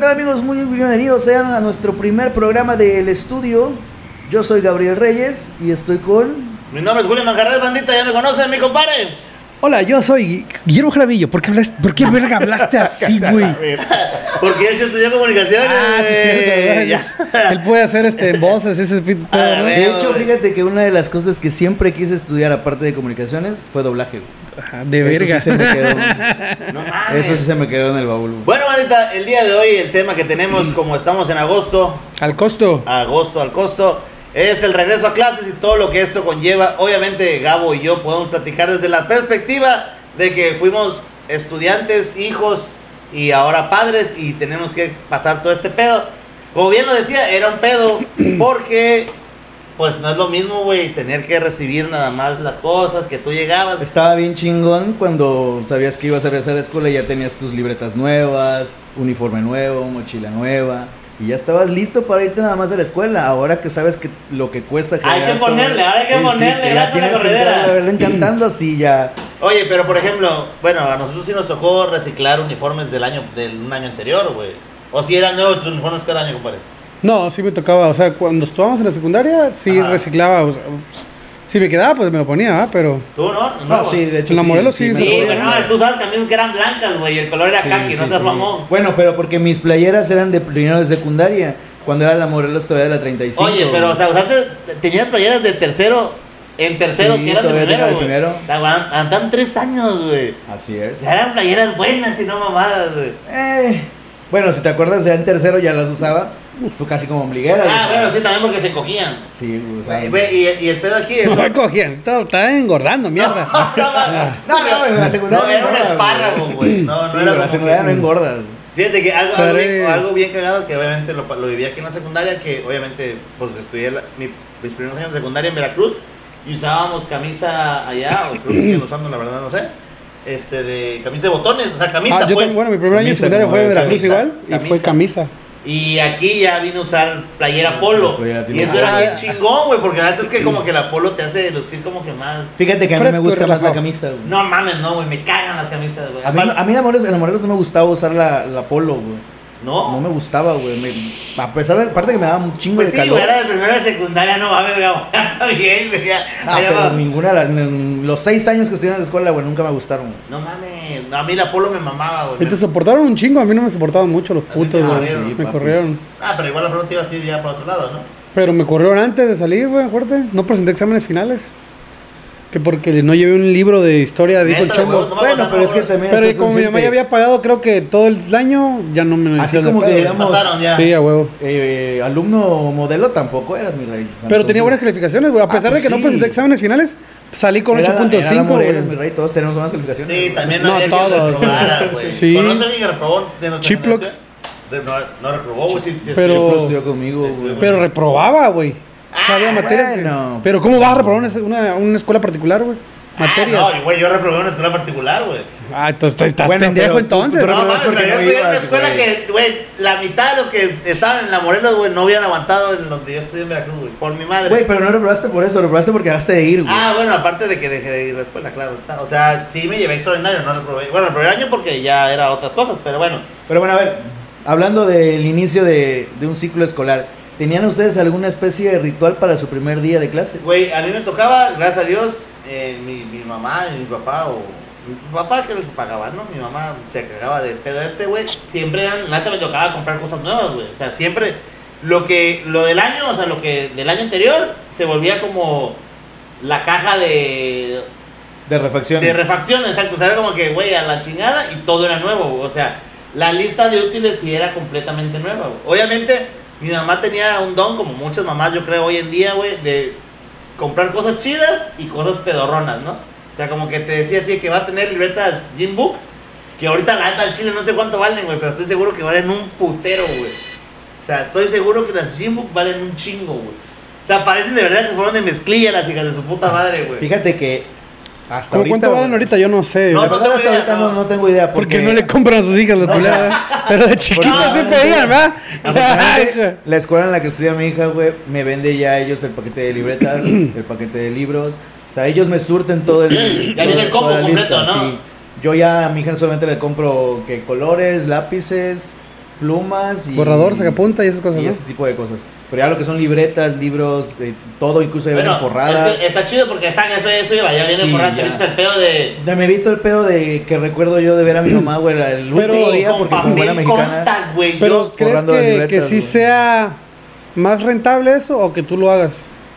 tal amigos? Muy bienvenidos sean a nuestro primer programa del estudio. Yo soy Gabriel Reyes y estoy con... Mi nombre es Julio Manjarres, bandita, ya me conocen, mi compadre. Hola, yo soy Guillermo Jaramillo. ¿Por qué, hablaste, ¿Por qué verga hablaste así, güey? Porque él se estudió comunicaciones. Ah, sí, güey. es cierto, ¿verdad? Él puede hacer este, voces, ese pit- Ah, pedo, De ¿no? Veo, hecho, güey. fíjate que una de las cosas que siempre quise estudiar, aparte de comunicaciones, fue doblaje. güey. Ajá, de Eso verga. sí se me quedó. Ya. No mames. Eso sí se me quedó en el baúl. güey. Bueno, bandita, el día de hoy el tema que tenemos, como estamos en agosto, Al costo. agosto al costo, es el regreso a clases y todo lo que esto conlleva. Obviamente, Gabo y yo podemos platicar desde la perspectiva de que fuimos estudiantes, hijos y ahora padres y tenemos que pasar todo este pedo. Como bien lo decía, era un pedo porque pues no es lo mismo, güey, tener que recibir nada más las cosas que tú llegabas. Estaba bien chingón cuando sabías que ibas a regresar a la escuela y ya tenías tus libretas nuevas, uniforme nuevo, mochila nueva. Y ya estabas listo para irte nada más a la escuela. Ahora que sabes que lo que cuesta Hay que generar todo- ponerle, ahora hay que Sí, sí, ponerle, ya gracias a la tienes que corredera. entrar a verlo encantando, sí, ya. Oye, pero por ejemplo, bueno, a nosotros sí nos tocó reciclar uniformes del año, del un año anterior, güey. O si eran nuevos tus uniformes cada año, compadre. No, sí me tocaba. O sea, cuando estábamos en la secundaria, sí Ajá. reciclaba. o sea, si me quedaba, pues me lo ponía, ¿verdad? Pero. ¿Tú no? No, sí, de hecho. En la Morelos sí me se tocó. Sí, lo pero no, tú sabes camisas que eran blancas, güey, el color era Sí, caqui, no sí, seas sí. mamón. Bueno, pero porque mis playeras eran de primero de secundaria. Cuando era la Morelos todavía de la 35. Oye, pero, o sea, usaste, tenías playeras de tercero, en tercero Sí, que eran de todavía primero, era de güey. primero. Andaban andaban tres años, güey. Así O es. sea, eran playeras buenas y no mamadas, güey. Eh, bueno, si te acuerdas, ya en tercero ya las usaba. pues, casi como ombliguera. Ah, güey. bueno, sí, también porque se cogían. Sí, güey, o sea, Güey, güey, y, y el pedo aquí es... No me cogían. Estaba, estaba engordando, mierda. No, no, en la secundaria No, era un engorda, güey. espárrago, güey. No, Sí, no era la como secundaria que- no engorda. güey. Fíjate que algo, algo, Padre. bien, algo bien cagado que obviamente lo, lo viví aquí en la secundaria, que obviamente pues estudié la- mi- mis primeros años de secundaria en Veracruz y usábamos camisa allá, o creo que siguen usando, la verdad no sé, este de camisa de botones, o sea, camisa Ah, yo pues. también, bueno, mi primer año de Camisa, secundaria como fue de de Veracruz camisa, igual. Y fue camisa. camisa. Y aquí ya vino a usar playera polo. Ah, Playera y tiene- eso era Ah. bien chingón, güey, porque la verdad es que como que la polo te hace lucir como que más... Fíjate que a mí me Fresco y gusta más la relajado. camisa, güey. No mames, no, güey, me cagan las camisas, güey. A mí, Aparte- a mí en, la Morelos, en la Morelos no me gustaba usar la, la polo, güey. ¿No? No me gustaba, güey. me- A pesar de, aparte que me daba un chingo Pues de sí, calor. güey, era de primera de secundaria, no mames, Gabo. Está bien, güey, ya. Ah, Allá pero va. ninguna de las- en los seis años que estudié en la escuela, güey, nunca me gustaron. güey. No mames, no, a mí la polo me mamaba, güey. Y te soportaron un chingo. A mí no me soportaban mucho los putos, Ah, güey. sí, me papi. corrieron. Ah, pero igual la pronto iba así ya para otro lado, ¿no? Pero me corrieron antes de salir, güey, fuerte. No presenté exámenes finales. Que porque no llevé un libro de historia, dijo el Neta, chavo. güey, no me bueno, gusta, pero no, es que güey. también. Pero estás como mi mamá consciente. ya había pagado, creo que todo el año, ya no me Así hicieron como de que pedo. digamos. Pasaron ya. Sí, a huevo. eh, alumno modelo tampoco eras, mi rey. Pero tenía buenas calificaciones, güey. A Ah, pesar pues de sí. que no presenté exámenes finales, salí con Era la- era la 8.5, Morelos, mi güey. rey, todos tenemos buenas calificaciones. Sí, güey. también No, había que se todos. reprobara, güey. Sí. ¿Conoces a alguien que reprobó de nuestra Chiploc. generación? De- No, no reprobó, güey. Sí, sí, Pero- Chiplo estudió conmigo, güey. Pero reprobaba, güey. O sea, había Ah, materias. que- bueno. Pero ¿cómo vas a reprobar una, una, una escuela particular, güey? Ah, Materias. no, güey, yo reprobé en una escuela particular, güey. Ah, entonces estás- estás Bueno, pero pendejo tú- entonces. tú No, reprobabas mames, porque pero yo no estudié en una ibas, escuela güey. que, güey, la mitad de los que estaban en la Morelos, güey, no hubieran aguantado en donde yo estudié en Veracruz, güey. Por mi madre. Güey, pero no reprobaste por eso, reprobaste porque dejaste de ir, güey. Ah, bueno, aparte de que dejé de ir a la escuela, claro está. O sea, sí me llevé extraordinario, no reprobé. Bueno, reprobé el año porque ya era otras cosas, pero bueno. Pero bueno, a ver, hablando del inicio de, de un ciclo escolar, ¿tenían ustedes alguna especie de ritual para su primer día de clases? Güey, a mí me tocaba, gracias a Dios, eh, mi, mi mamá y mi papá, o mi papá que les pagaba, ¿no? Mi mamá se cagaba del pedo este, güey. Siempre eran, la neta me tocaba comprar cosas nuevas, güey. O sea, siempre lo que, lo del año, o sea, lo que del año anterior se volvía como la caja de De refacciones. De refacción, exacto. O sea, era como que, güey, a la chingada y todo era nuevo, güey. O sea, la lista de útiles sí era completamente nueva, güey. Obviamente, mi mamá tenía un don, como muchas mamás, yo creo, hoy en día, güey, de comprar cosas chidas y cosas pedorronas, ¿no? O sea, como que te decía así que va a tener libretas Jim Book, que ahorita la neta al chile no sé cuánto valen, güey, pero estoy seguro que valen un putero, güey. O sea, estoy seguro que las Jim Book valen un chingo, güey. O sea, parecen de verdad que fueron de mezclilla las hijas de su puta madre, güey. Fíjate que hasta ¿Cómo ahorita... ¿Cuánto valen güey, ahorita? Yo no sé. No, La no güey. verdad, tengo hasta idea, ahorita no. no. no tengo idea. Porque, Porque no le compran a sus hijas la culera. ¿verdad? Pero de chiquitos no, se no, pedían, ¿verdad? Porque realmente la escuela en la que estudia mi hija, güey, me vende ya ellos el paquete de libretas, el paquete de libros. O sea, ellos me surten todo el. Ya viene el combo toda la completo, ¿no? sí. Yo ya a mi hija solamente le compro que colores, lápices, plumas y... Borrador, sacapunta y esas cosas, Y ¿no? ese tipo de cosas. Pero ya lo que son libretas, libros, eh, todo, incluso ya Bueno, vienen forradas. es que está chido porque saca eso, eso iba, ya viene Sí, ya. forrada, te metes el pedo de... Ya me evito el pedo de que recuerdo yo de ver a mi mamá, güey, la- el Pero último día, con porque como era papel mexicana... contact, güey. Pero yo- ¿crees borrando que, las libretas, que sí güey. sea más rentable eso o que tú lo hagas?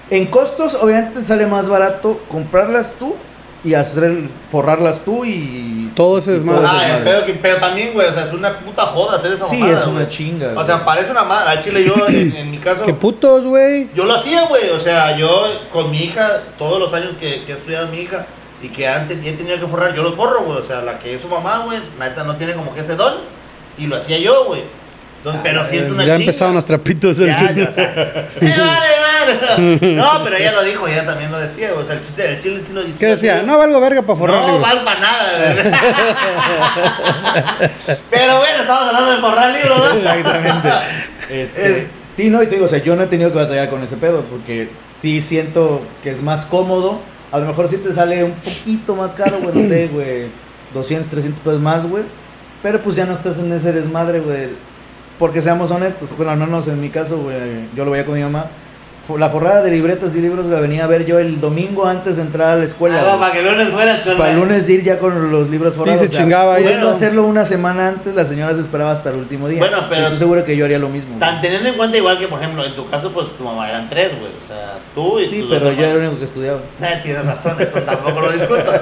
En costos, obviamente, te sale más barato comprarlas tú y hacer el- forrarlas tú y... Todo ese y desmadre. todo ese Ah, el desmadre. pedo que- pero también, güey, o sea, es una puta joda hacer esa Sí, mamada, es una güey. chinga, O güey. sea, parece una mamada. Al Chile yo, en, en mi caso, Qué putos, güey. yo lo hacía, güey. O sea, yo con mi hija, todos los años que, que he estudiado mi hija y que antes ya tenía que forrar, yo los forro, güey. O sea, la que es su mamá, güey, neta no tiene como que ese don. Y lo hacía yo, güey. Ah, Entonces, pero eh, sí es una ya chinga. empezaron los trapitos. el Ya, chile. ya, o sea, "Eh, vale, vale". No, pero ella lo dijo, ella también lo decía, güey. O sea, el chiste del chile sí lo ¿Qué decía? No valgo verga para forrar no libros. vale para nada. güey. Pero bueno, estamos hablando de forrar libros, ¿no? Exactamente. Este, Es- Sí, no, y te digo, o sea, yo no he tenido que batallar con ese pedo, porque sí siento que es más cómodo. A lo mejor sí te sale un poquito más caro, güey, no sé, güey, 200, 300 pesos más, güey. Pero pues ya no estás en ese desmadre, güey. Porque seamos honestos, bueno, al menos en mi caso, güey, yo lo veía con mi mamá. Fo- La forrada de libretas y libros la venía a ver yo el domingo antes de entrar a la escuela. Ah, güey. para que el lunes fueras con Para la- el lunes ir ya con los libros forrados. se o sea, chingaba pudiendo ya, ¿no? hacerlo una semana antes, la señora se esperaba hasta el último día. Bueno, pero- Estoy seguro que yo haría lo mismo. Tan teniendo en cuenta igual que, por ejemplo, en tu caso, pues tu mamá eran tres, güey. O sea, tú y Sí, tus dos pero yo era hermanos. el único que estudiaba. Eh, Tienes razón, eso tampoco lo discuto.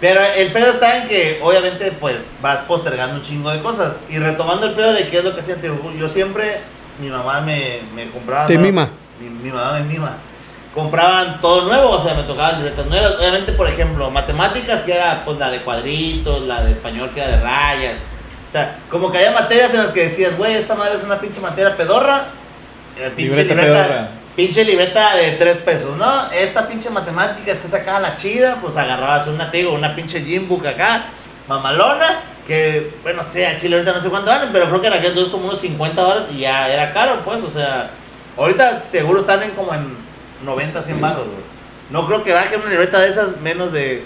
Pero el pedo está en que, obviamente, pues vas postergando un chingo de cosas. Y retomando el pedo de qué es lo que hacía, te digo, yo siempre, mi mamá me, me compraba. Te nuevo- mima. Mi, mi mamá me mima. Compraban todo nuevo, o sea, me tocaban libretas nuevas. Obviamente, por ejemplo, matemáticas, que era pues la de cuadritos, la de español, que era de rayas. O sea, como que había materias en las que decías, güey, esta madre es una pinche materia pedorra. Eh, pinche Libreta libreta, pedorra. pinche libreta de tres pesos, ¿no? Esta pinche matemática es que sacaba la chida, pues agarrabas una, te digo, una pinche Jimbook acá, mamalona, que, bueno, sea, chile ahorita no sé cuánto valen, pero creo que en aquel entonces como unos 50 dólares y ya era caro, pues, o sea, ahorita seguro están en como en 90, 100 baros, güey. No creo que baje una libreta de esas menos de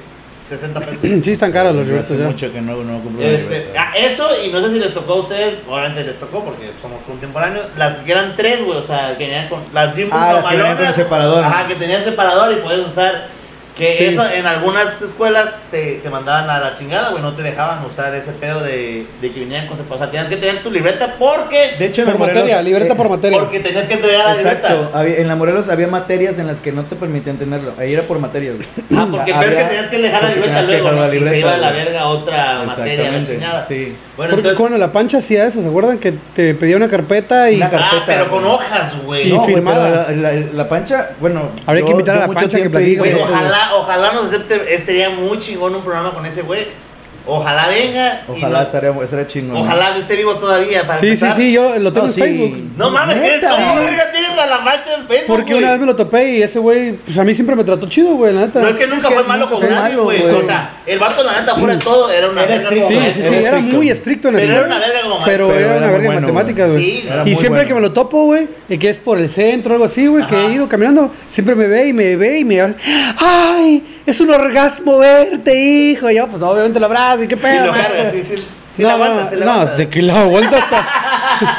60 pesos. Sí, están caras los libros Hace ya. mucho que no, no compro una Este, libreta. ah, eso, y no sé si les tocó a ustedes, obviamente les tocó porque somos contemporáneos, las que eran tres, güey, o sea, que venían con las Jimbo Ah, las que venían con separador, ¿no? Ajá, que tenían separador y podías usar, que Sí. eso en algunas escuelas te, te mandaban a la chingada, güey, no te dejaban usar ese pedo de, de que venían con separador, o sea, tenías que tener tu libreta porque, De hecho, en Por la Morelos, materia, libreta eh, por materia. porque tenías que entregar la Exacto, libreta. había- en la Morelos había materias en las que no te permitían tenerlo. Ahí era por materias. güey. Ah, porque Había- crees que tenías que dejar la porque libreta tenías que luego, dejar ¿no? la y se libreta, iba a la güey. verga otra materia, la Exactamente. chingada. Sí. Bueno, Porque entonces, bueno, la pancha hacía eso, ¿se acuerdan? Que te pedía una carpeta y... Una car- ah, carpeta, pero con güey. hojas, güey. Y No, güey, firmada. pero La, la- la pancha, bueno. Habría que invitar a la mucho Pancha que tiempo platique, hice- Güey, Sí, ojalá, ojalá nos acepte. Este día muy chingón un programa con ese güey. Ojalá venga. y Ojalá nos- estaría, estaría chingón. ojalá esté vivo todavía. Para Sí, sí, empezar. sí, yo lo No, tengo en sí. Facebook. No mames, Neta, tienes, ¿cómo güey. verga tienes a la mancha en Facebook? Porque güey? una vez me lo topé y ese güey, pues a mí siempre me trató chido, güey, la neta. No es que Sí, nunca es que fue malo nunca con fue nadie, malo, güey. güey. O sea, el vato, la neta, fuera de todo, era una Era verga estricto. como Sí, sí, maestro. sí, Era era estricto. muy estricto en Pero el era una verga como maestro. Pero, Pero era era una muy verga en bueno, matemáticas, güey. güey. Sí, era y muy siempre bueno. que me lo topo, güey, y que es por el centro o algo así, güey, que Ajá. he ido caminando, siempre me ve y me ve y me abraza. ¡Ay! Es un orgasmo verte, hijo. Y yo, pues obviamente lo abrazo y qué pedo. Y lo madre. carga, sí, sí. Sí, no, la aguanta, sí, no, la no, aguanta. de que la aguanta hasta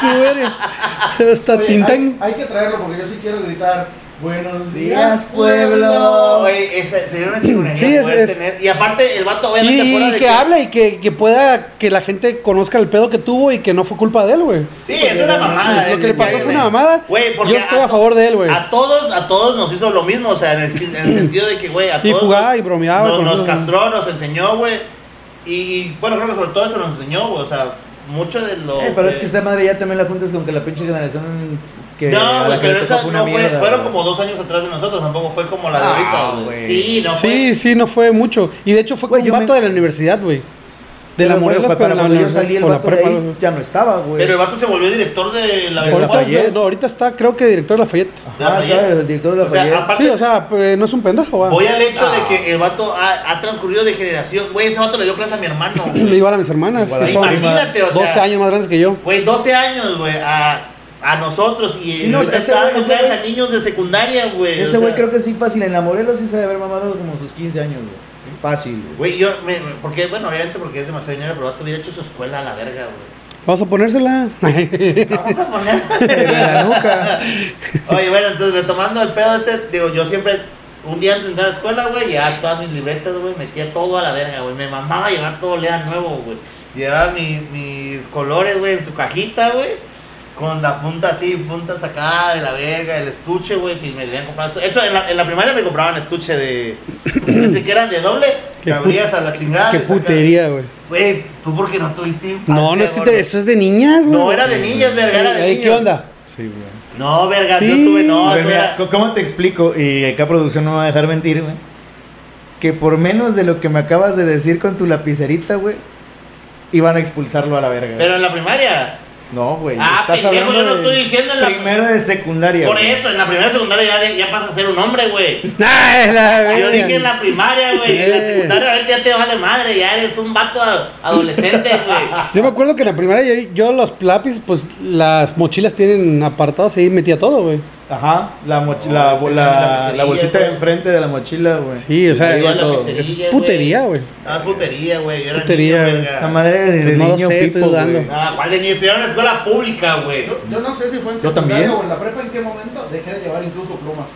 su verga. Hasta Oye, Tintán. Hay, hay que traerlo porque yo sí quiero gritar. Buenos Días, días, pueblo". pueblo. Güey, este, sería una chingonería Sí, es- poder es- tener. Y aparte, el vato, Y, obviamente, fuera y de que habla y que, que pueda que la gente conozca el pedo que tuvo y que no fue culpa de él, güey. Sí, es una mamada. Lo es que le pasó güey. fue una mamada. Güey, porque Yo estoy a favor de él, güey. A todos, a todos nos hizo lo mismo, o sea, en el, en el sentido de que, güey, a Y todos. jugaba y bromeaba Nos, con nos nosotros. castró, nos enseñó, güey. Y, y, bueno, creo que sobre todo eso nos enseñó, güey. O sea, mucho de lo. Eh, pero es que esa madre ya también la juntas con que la pinche generación que No, a la güey, que le pero toca esa no fue. mierda, fueron güey. como dos años atrás de nosotros, tampoco fue como la de Ah, ahorita, güey. güey. Sí, no fue. Sí, sí, no fue mucho. Y de hecho fue Güey, con yo un me- vato de la universidad, güey. De la Pero, Morelos, güey, pero para la cuando yo salí el o la vato de prepa, ahí güey. ya no estaba, güey. Pero el vato se volvió director de la Por Ahorita, Vergüenza. Lafayette. está- no, ahorita está, creo que director de Lafayette. Ah, Lafayette. ¿sabes? El director de O sea, Lafayette. aparte- Sí, o sea, pues, no es un pendejo, güey. Voy al hecho Ah. de que el vato ha, ha transcurrido de generación. Güey, ese vato le dio clase a mi hermano. güey. Le iba a mis hermanas. Igual a las y son primas. Imagínate, o sea. 12 años más grandes que yo. Güey, 12 años, güey, a, a nosotros. Y Sí, no, ahorita ese está güey- dando ese clases güey- a niños de secundaria, güey. Ese güey creo que sí fácil. En la Morelos sí se debe haber mamado como sus 15 años, güey. Fácil, güey. Güey, yo, me, me- porque, bueno, obviamente porque es demasiado dinero, pero vato hubiera hecho su escuela a la verga, güey. Vamos a ponérsela. Vamos a poner. En la nuca. Oye, bueno, entonces retomando el pedo este, digo, yo siempre, un día antes de entrar a la escuela, güey, llevaba todas mis libretas, güey, metía todo a la verga, güey. Me mamaba llevar todo lea nuevo, güey. Llevaba mi- mis colores, güey, en su cajita, güey. Con la punta así, punta sacada de la verga, el estuche, güey, si me querían comprar estu- De hecho, en la, en la primaria me compraban estuche de. Este que eran de doble, que Qué put- abrías a la chingada. Qué le sacabas- putería, güey. Güey, tú porque no tuviste No, no es infancia, inter- gordo. eso es de niñas, güey. No, era de niñas, verga, era de Ey, niños. ¿Qué onda? Sí, güey. No, verga, Sí. yo tuve, no, Pues eso mira, era- co- ¿Cómo te explico? Y acá producción no me va a dejar mentir, güey. Que por menos de lo que me acabas de decir con tu lapicerita, güey, iban a expulsarlo a la verga. güey. Pero en la primaria. no, güey. Ah, estás pendejo, hablando yo no de estoy diciendo en la- primero de secundaria. Por güey. eso, en la primera secundaria ya, de- ya pasas a ser un hombre, güey. Nah, es la Yo verga. dije en la primaria, güey. En la secundaria ahorita ya te vale madre, ya eres un vato a- adolescente, güey. Yo me acuerdo que en la primaria yo, yo los lápices, pues las mochilas tienen apartados y ahí metía todo, güey. Ajá, la, moch- No, la, tenía la- la la bolsita güey. de enfrente de la mochila, güey. Sí, o sea, Ahí va la todo. es pizzería, putería, güey. Ah, putería, güey. yo era Putería, niño, güey. verga. Esa madre de, Pues de no lo niño sé, estoy pipo, dudando. güey. Ah, ¿cuál de niño? Estudiaba en una escuela pública, güey. Yo, yo no sé si fue en Yo también. secundaria o en la prepa en qué momento dejé de llevar incluso plumas.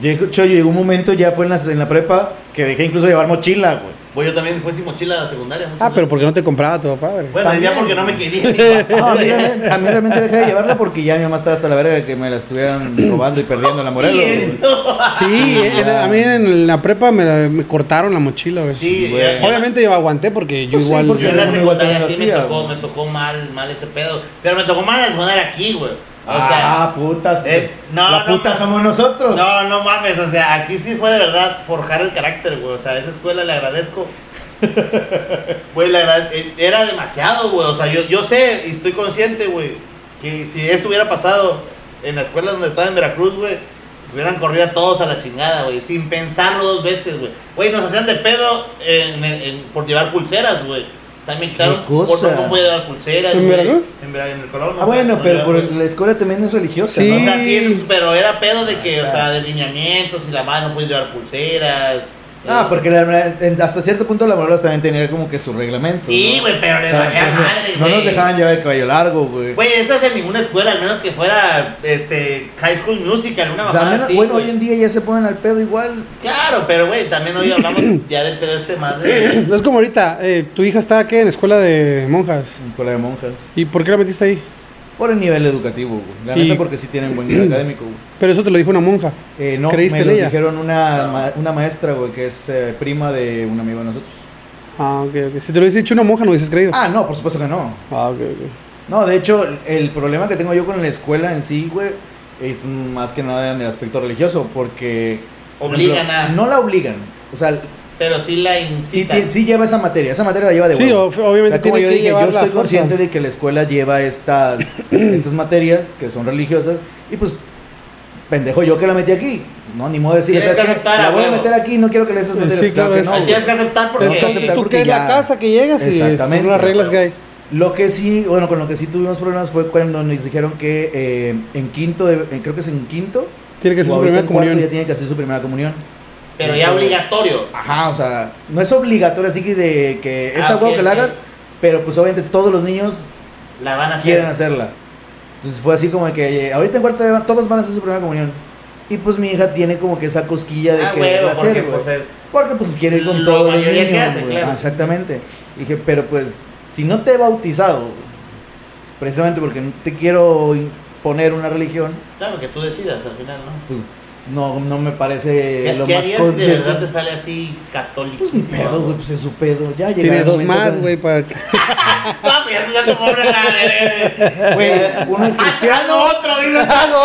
Llegó, cho, llegó un momento, ya fue en la, en la prepa, que dejé incluso llevar mochila, güey. Güey, yo también fui sin mochila a la secundaria. muchas Ah, pero veces. porque no te compraba tu papá, güey. Bueno, ya También. porque no me quería ni No, papá, a Ah, mí, güey. realmente, a mí realmente dejé de llevarla porque ya mi mamá estaba hasta la verga de que me la estuvieran robando y perdiendo en la Morelos. güey. Sí, en- ya. a mí en la prepa me, la- me cortaron la mochila, güey. Sí, Güey. ya- ya- Obviamente yo aguanté porque yo Pues sí, igual. porque- Yo en la Uno igual secundaria también lo sí me hacía, tocó, me güey. tocó mal, mal ese pedo. Pero me tocó mal la secundaria aquí, güey. O ah, putas. eh, no, la no, puta no. somos nosotros. sea, no, no mames, o sea, aquí sí fue de verdad forjar el carácter, güey. O sea, a esa escuela le agradezco. Güey, le agrade- eh, era demasiado, güey. O sea, yo, yo sé y estoy consciente, güey, que si eso hubiera pasado en la escuela donde estaba en Veracruz, güey, se hubieran corrido a todos a la chingada, güey, sin pensarlo dos veces, güey. Güey, nos hacían de pedo en- en- en- por llevar pulseras, güey. También, claro, ¿Qué por cosa? no puede llevar pulseras. ¿En güey. Veracruz? En, Vera- en el Colón. ah, bueno, no pero llevar por pulseras. la escuela también es religiosa, Sí. O ¿no? sea, sí, es- pero era pedo de que, o está. sea, delineamientos y la madre no puede llevar pulseras. Ah, Eh, porque la- en- hasta cierto punto la Morelos también tenía como que su reglamento. Sí, güey, pero O les sea, valía pues no- madre, No güey. nos dejaban llevar el cabello largo, güey. Güey, eso es en ninguna escuela, al menos que fuera este, High School Musical, una O sea, al mamada menos- así, bueno, güey. hoy en día ya se ponen al pedo igual. Claro, pero güey, también hoy hablamos ya del pedo este más de... No es como ahorita, eh, tu hija está ¿qué? en escuela de monjas. En escuela de monjas. ¿Y por qué la metiste ahí? Por el nivel educativo, güey. La Y- neta, porque sí tienen buen nivel académico, güey. Pero eso te lo dijo una monja. Eh, no, ¿Creíste me en lo ella? dijeron una, No. ma- una maestra, güey, que es eh, prima de un amigo de nosotros. Ah, ok, ok. Si te lo hubiese dicho una monja, no hubieses creído. Ah, no, por supuesto que no. Ah, ok, ok. No, de hecho, el problema que tengo yo con la escuela en sí, güey, es más que nada en el aspecto religioso, porque... por Obligan a- No la obligan. O sea, Pero sí la sí, incita. ti- sí lleva esa materia, esa materia la lleva de Sí, huevo. ob- obviamente Ya como tiene yo que dije, llevar yo la estoy fuerza. consciente de que la escuela lleva estas, estas materias que son religiosas y pues pendejo yo que la metí aquí. No, ni modo de decir, Tienes ¿sabes que qué? aceptar, La a voy a huevo. meter aquí, no quiero que le esas Sí, materias. sí, claro, que es- no, Así güey. tienes que aceptar porque... Tienes que Entonces, aceptar tú porque que es la ya- casa que llegas y Exactamente. son las reglas que hay. Lo que sí, bueno, con lo que sí tuvimos problemas fue cuando nos dijeron que eh, en quinto, de- en- creo que es en quinto, Tiene que ser o su ahorita primera en cuarto ya comunión. tiene que hacer su primera comunión. Pero ya obligatorio. Ajá, o sea, no es obligatorio así que de que es Ah, algo ok, que la ok. hagas, pero pues obviamente todos los niños La van a hacer. quieren hacerla. Entonces fue así como de que eh, ahorita en cuarto de todos van a hacer su primera comunión. Y pues mi hija tiene como que esa cosquilla de Ah, que huevo, la hacer, porque, güey. pues, es- Porque pues quiere ir con Lo todo el mayoría que niño, hace, claro. Exactamente. Y dije, pero pues si no te he bautizado, güey, precisamente porque no te quiero imponer una religión, Claro, que tú decidas al final, ¿no? pues no, no me parece ¿Qué, Eh, lo qué más harías si de consciente. verdad te sale así católico? Pues mi pedo, güey, pues es su pedo. Ya llegará Tiene el dos momento más, que- güey, para que- No, pues ya se pone la. Güey, uno es Hago cristiano. otro, dice. Hago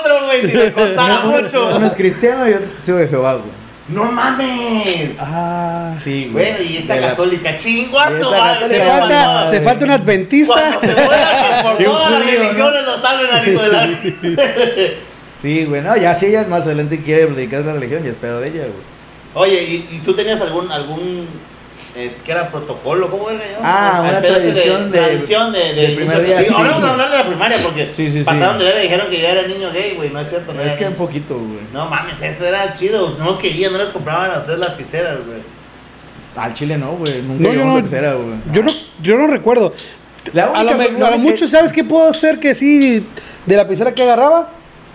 otro, güey, si me costara mucho. Uno es cristiano y otro es testigo de Jehová, güey. No mames. Ah. Sí, Güey, y esta De la- católica, Y chinguazo, esta madre. católica, Te Pero falta, no, te no, falta un adventista. Cuando se muera, por Y un todas las judío, ¿no? religiones lo salven al hijo del ángel. Sí, güey, no, ya si ella más adelante quiere predicar la religión, ya es pedo de ella, güey. Oye, ¿y, y tú tenías algún. algún eh, ¿Qué era protocolo? ¿Cómo era? Ah, Al una pedo este tradición de- tradición de, de, del primer inicio. día, Y Ahora sí. vamos a hablar de la primaria porque Sí, sí, sí. pasaron de ver y dijeron que ya era niño gay, güey. No es cierto, no es era que pues- un niño. poquito, güey. No mames, eso era chido. No los querían, no les compraban a ustedes las ticeras, güey. Al Chile no, güey. Nunca No, yo llegamos no- a tercera, güey. Yo no, yo no recuerdo. La única A lo, me- forma a lo que- mucho, ¿sabes qué puedo hacer? Que sí, de la pizarra que agarraba,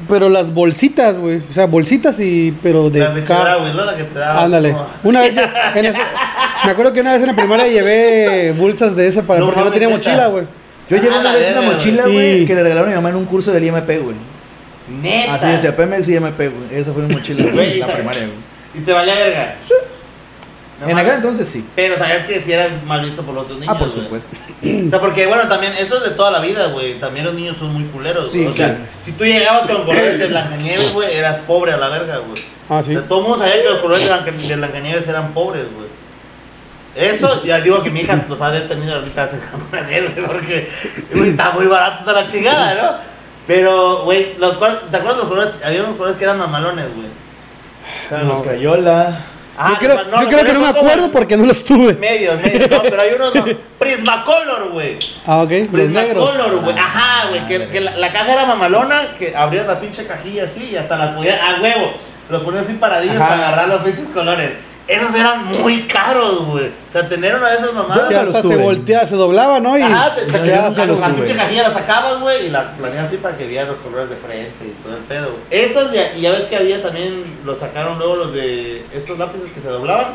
pero las bolsitas, güey. O sea, bolsitas y. Pero de. Las de ca- Chedraui, ¿no? La que te Ah, daba. Ándale. como- Una vez. en eso- me acuerdo que una vez en la primaria llevé bolsas de esas para. No porque no mames, tenía neta. mochila, güey. Yo llevé Ah, una la vez una verga, mochila, güey. güey, Y- que le regalaron a mi mamá en un curso del IMP, güey. Neta. Así decía, PMX y IMP, güey. Esa fue mi mochila, güey, Güey, en la esa- primaria, güey. ¿Y te valía verga? Sí. En aquel entonces sí. Pero sabías que si eras mal visto por los otros niños. Ah, por güey. supuesto. O sea, porque bueno, también eso es de toda la vida, güey. También los niños son muy culeros, güey. Sí, o sea, claro. si tú llegabas con colores de Blancanieves, güey, eras pobre a la verga, güey. Ah, sí. O sea, todo el mundo sabía que los colores de Blanca- de Blancanieves eran pobres, güey. Eso, ya digo que mi hija los ha detenido ahorita hace una vez, güey, porque güey, está muy barato a la chingada, ¿no? Pero, güey, los cual- ¿te acuerdas los colores? Había unos colores que eran mamalones, güey. Estaban los Crayola. Ah, yo creo, no, yo los creo que colores no me son como acuerdo porque no los tuve. Medios, medios, no, pero hay unos no. Prismacolor, güey. Ah, ok. Los negros. Prismacolor, Ah. güey. Ajá, güey. Que, que la, la caja era mamalona, que abrías la pinche cajilla así y hasta la podías, a huevo, los ponías así paradillos Ajá. para agarrar los pinches colores. Esos eran muy caros, güey. O sea, tener una de esas mamadas. Que Ya los hasta se tuve. volteaba, se doblaba, ¿no? Y Ajá, te, se te- quedaba la, solo. la tuve. pinche cajilla la sacabas, güey, y la planeas así para que vieran los colores de frente y todo el pedo. güey. Estos, ya, y ya ves que había también, los sacaron luego los de estos lápices que se doblaban.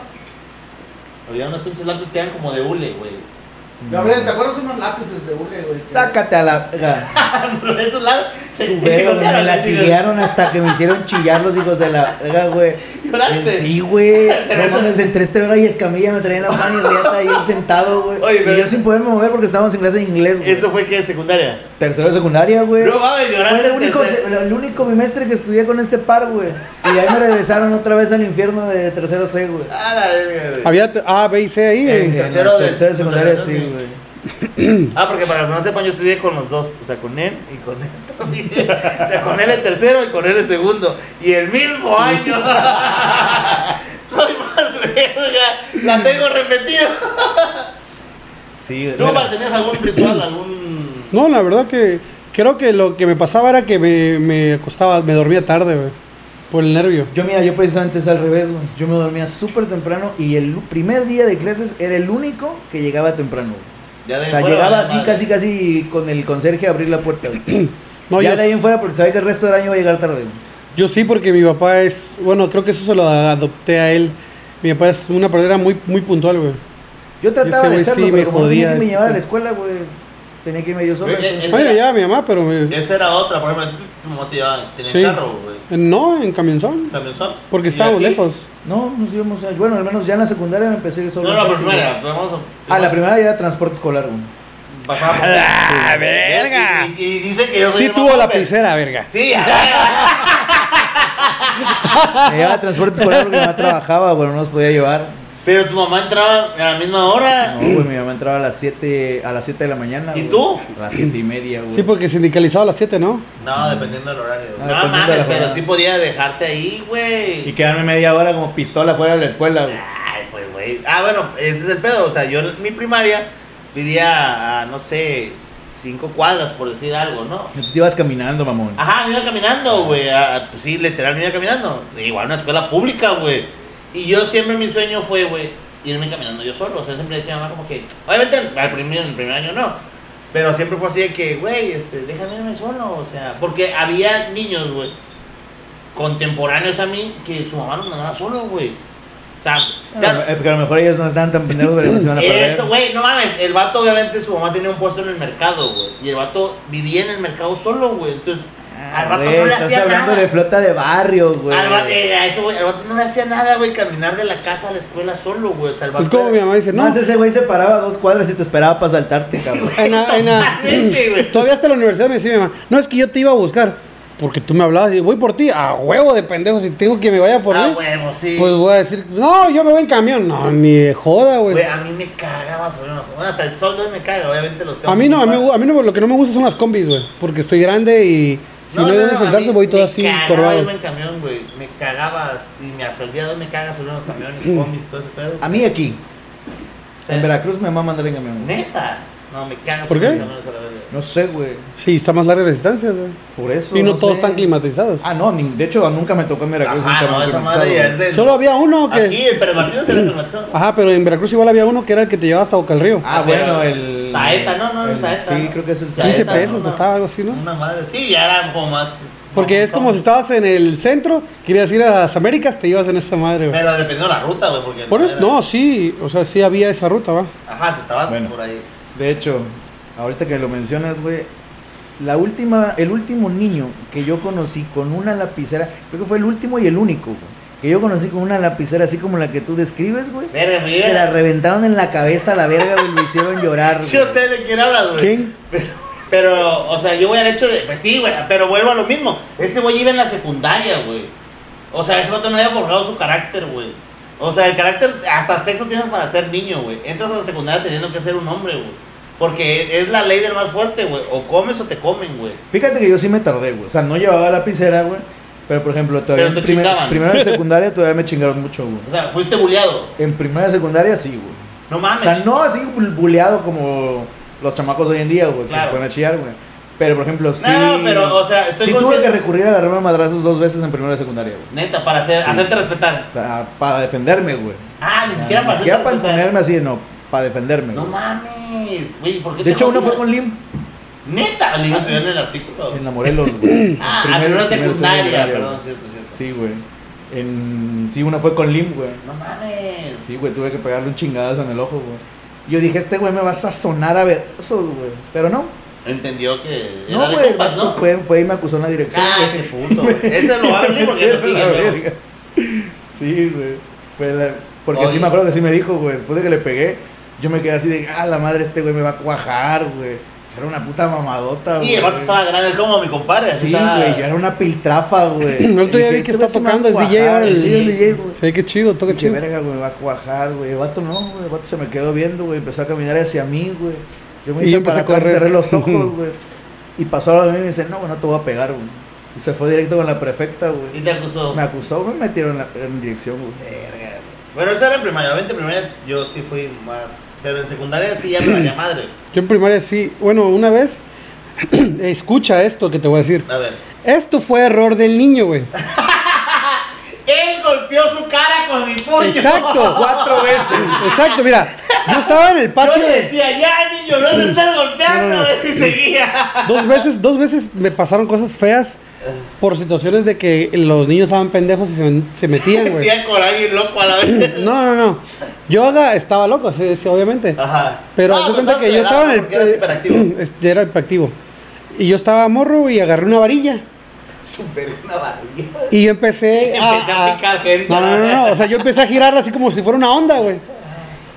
Había unos pinches lápices que eran como de hule, güey. Gabriel, ¿te acuerdas unos lápices de hule, güey? que- Sácate a la. Pero estos lápices se- se Subieron, me chicotearon, la chicos. tiraron hasta que me hicieron chillar los hijos de la verga, güey. ¿Lloraste? Sí, güey. No eso- mames, entre este hora y escamilla me traían la mano y Riata ahí sentado, güey. Oye, pero Y yo eso- sin poderme mover porque estábamos en clase de inglés, güey. ¿Esto fue que secundaria? Tercero de secundaria, güey. No mames, lloraste. Fue el único, desde- se- el único bimestre que estudié con este par, güey. Y de ahí me regresaron otra vez al infierno de tercero C, güey. Ah, la verga, güey. Había t- A, B y C ahí. Eh, eh. En tercero el de- tercero de secundaria, sí, secundaria, sí. güey. Ah, porque para los que no sepan, yo estudié con los dos. O sea, con él y con él también. O sea, con él el tercero y con él el segundo. Y el mismo año. Soy más verga. La tengo repetida. Sí, ¿Tú mira. Omar, tenías algún ritual, algún. No, la verdad que creo que lo que me pasaba era que me, me acostaba, me dormía tarde, güey. Por el nervio. Yo mira, yo precisamente es al revés, güey. Yo me dormía súper temprano y el primer día de clases era el único que llegaba temprano. güey. Ya de O sea, fuera, llegaba la así, madre. casi, casi con el conserje a abrir la puerta. güey. No, ya yo, de ahí en fuera porque sabe que el resto del año va a llegar tarde. güey. yo sí, porque mi papá es. Bueno, creo que eso se lo adopté a él. Mi papá es una persona muy, muy puntual, güey. Yo Ese trataba de güey hacerlo, sí pero me como tenía jodía que me ese llevar a la pedo. escuela, güey, tenía que irme yo solo. Güey, entonces- es- Bueno, me llevaba mi mamá, pero. eh, me- Esa era otra, por ejemplo, te motivaba. Tenía Sí. carro, güey. no, en camionzón. También son. Porque ¿Y estábamos aquí? lejos. No, nos íbamos a... Bueno, al menos ya en la secundaria me empecé a ir No, solo. no, en la taxi, primera. güey. Vamos a. Ah, la primera era transporte escolar, güey. Bajaba por- ¡Ah, Y, y- y dice que yo soy Sí el tuvo mamón, la pero- piscera, verga. Sí, a Me llevaba transporte escolar porque mi mamá trabajaba, güey, no nos podía llevar. ver. Pero tu mamá entraba a la misma hora. No, güey, mi mamá entraba a las 7, a las 7 de la mañana. ¿Y güey. tú? A las 7 y media, güey. Sí, porque sindicalizaba a las 7, ¿no? No, dependiendo del horario. Ah, no dependiendo de mames, la pero jornada. sí podía dejarte ahí, Y güey. quedarme media hora como pistola fuera de la escuela, güey. Ay, pues, güey. Ah, bueno, ese es el pedo. O sea, yo en mi primaria vivía a, no sé, cinco cuadras, por decir algo, ¿no? Tú te ibas caminando, mamón. Ajá, me iba caminando, güey. Ah, pues sí, literal, me iba caminando. Igual una escuela pública, güey. Y yo siempre mi sueño fue, güey, irme caminando yo solo. O sea, siempre decía a mamá como que, obviamente al primer, en el primer año no. Pero siempre fue así de que, güey, este, déjame irme solo. O sea, porque había niños, güey, contemporáneos a mí, que su mamá los mandaba solo, güey. O sea, claro, Ah, eh, porque a lo mejor ellos no están tan pendejos, pero no se van a perder. eso, güey, no mames. El vato, obviamente, su mamá tenía un puesto en el mercado, güey. Y el vato vivía en el mercado solo, güey. Entonces, Ah, al vato güey, no le estás hacía hablando nada. de flota de barrio, güey. Al vato, eh, a eso, güey, al vato no le hacía nada, güey, caminar de la casa a la escuela solo, güey. O sea, el vato Es como era- Pues, mi mamá dice, no. Más ese güey se paraba a dos cuadras y te esperaba para saltarte, cabrón. En la- en la- Totalmente, güey. todavía hasta la universidad me decía mi mamá, no, es que yo te iba a buscar, porque tú me hablabas y voy por ti, a huevo de pendejo, si tengo que me vaya por Ah, mí, huevo, sí. pues voy a decir, no, yo me voy en camión, no, ni de joda, güey. Güey, ah, a mí me cagaba sobre una bueno, Hasta el sol no me caga, obviamente los tengo A mí no, a que mí, ocupar. a mí no, lo que no me gusta son las combis, güey, porque estoy grande y si no, hay dónde a sentarse mí voy todo me así, cagaba encorvado. irme en camión, güey. Me cagabas y me, hasta el día de hoy me cagas sobre los camiones, Mm. combis, todo ese pedo. A mí aquí, O sea, en Veracruz, me mamá andar en camión. güey. Neta. No, me cagas ¿Por sobre qué? los camiones a la verga. No sé, güey. Sí, está más larga las distancias, güey. Por eso. Y no, todos sé. están climatizados. Ah, no, ni- de hecho nunca me tocó en Veracruz un Ajá, carro no, esa climatizado, madre ya es güey. de. Solo había uno que. Ah, Aquí, pero Martínez se la climatizó. Ajá, pero en Veracruz igual había uno que era el que te llevaba hasta Boca del Río. Ah, bueno, el. Saeta, no, no, el- Saeta, Sí, no. creo que es el Saeta, 15 Saeta. no, pesos no. costaba algo así, ¿no? Una madre. Sí, ya era como más. Porque es como si estabas en el centro, querías ir a las Américas, te ibas en esa madre, güey. Pero dependiendo de la ruta, güey. Porque Por eso, era- no, sí, o sea, sí había esa ruta, va. Ajá, se estaba Bueno. por ahí. De hecho, ahorita que lo mencionas, güey, la última, el último niño que yo conocí con una lapicera, creo que fue el último y el único, güey, que yo conocí con una lapicera así como la que tú describes, güey. Verga, güey. Se la reventaron en la cabeza a la verga, güey, lo hicieron llorar. Sí, güey. usted de quién habla, güey. ¿Quién? Pero, pero, o sea, yo voy al hecho de. Pues sí, güey, pero vuelvo a lo mismo. Este güey iba en la secundaria, güey. O sea, ese vato no había forjado su carácter, güey. O sea, el carácter, hasta sexo tienes para ser niño, güey. Entras a la secundaria teniendo que ser un hombre, güey. Porque es la ley del más fuerte, güey. O comes o te comen, güey. Fíjate que yo sí me tardé, güey. O sea, no llevaba lapicera, güey. Pero, por ejemplo, todavía Pero en te chingaban. primero de secundaria todavía me chingaron mucho, güey. O sea, fuiste buleado. En primera de secundaria sí, güey. No O mames. sea, no así bu- buleado como los chamacos hoy en día, güey, que Claro. se ponen a chillar, güey. Pero, por ejemplo, sí. No, pero, o sea, estoy sí tuve que consciente- recurrir a agarrarme a madrazos dos veces en primera de secundaria, güey. Neta, para hacer- Sí. hacerte respetar. O sea, para defenderme, güey. Ah, ni siquiera para Ni siquiera hacerte para respetar. imponerme así, no, para defenderme. No güey. mames. Güey, ¿por qué de te hecho, jodí, uno fue güey? con Lim Neta, le iba a estudiar en el artículo. en la Morelos, güey. Ah, Primero- primero, primero de secundaria, secundaria, perdón, güey. pues, cierto, cierto. Sí, güey. En... Sí, uno fue con Lim, güey. No mames. Sí, güey, tuve que pegarle un chingadazo en el ojo, güey. Yo dije, este güey me vas a sonar a versos, güey. Pero no, Entendió que. era no, de güey. el compas, vato Fue, fue y me acusó en la dirección. Ah, qué güey. puto, güey. Ese lo hablé porque no Pero la sigue, verga. Sí, güey. Fue la- Porque sí Oye. me acuerdo que sí me dijo, güey. Después de que le pegué, yo me quedé así de, ah, la madre, este güey me va a cuajar, güey. Pues Era una puta mamadota, pero- güey. Sí, el vato estaba grande, es como mi compadre. así Sí, estaba- güey, yo era una piltrafa, güey. El otro día Dije, vi que "Este está güey sí me va a tocando, es DJ cuajar". ahora el- Sí, es DJ, güey. Sí, qué chido, toca Qué chido. verga, güey, me va a cuajar, güey. El vato no, güey. El vato se me quedó viendo, güey. Empezó a caminar hacia mí, güey. Yo me Y hice yo empecé para atrás, a correr. cerré los ojos, güey. Y pasó a lo de mí y me dice, no, güey, no te voy a pegar, güey. Y se fue directo con la prefecta, Y güey. te acusó. Me acusó, me metieron en, la, en dirección, güey. Verga. Bueno, eso era en primaria. obviamente En primaria yo sí fui más. Pero en secundaria sí ya me valía madre. Yo en primaria sí, bueno, una vez, escucha esto que te voy a decir. A ver. Esto fue error del niño, güey. Él golpeó su cara con mi puño. Exacto, Cuatro veces. exacto, mira, yo estaba en el Yo patio. le decía, ya, niño, no te estás golpeando. Y seguía. Dos veces, dos veces me pasaron cosas feas por situaciones de que los niños estaban pendejos y se, se metían, güey. Sentía con alguien loco a la vez. No, no, no. Yo haga- estaba loco, sí, sí, obviamente. Ajá. Pero No, haz de pues, cuenta que yo estabas estaba en acelerado el. porque eras hiperactivo. Este, era hiperactivo. Y yo estaba morro y agarré una varilla. Superé una barriga. Y yo empecé, Empecé a picar gente. No, no, no, no, O sea, yo empecé a girarla así como si fuera una onda, güey.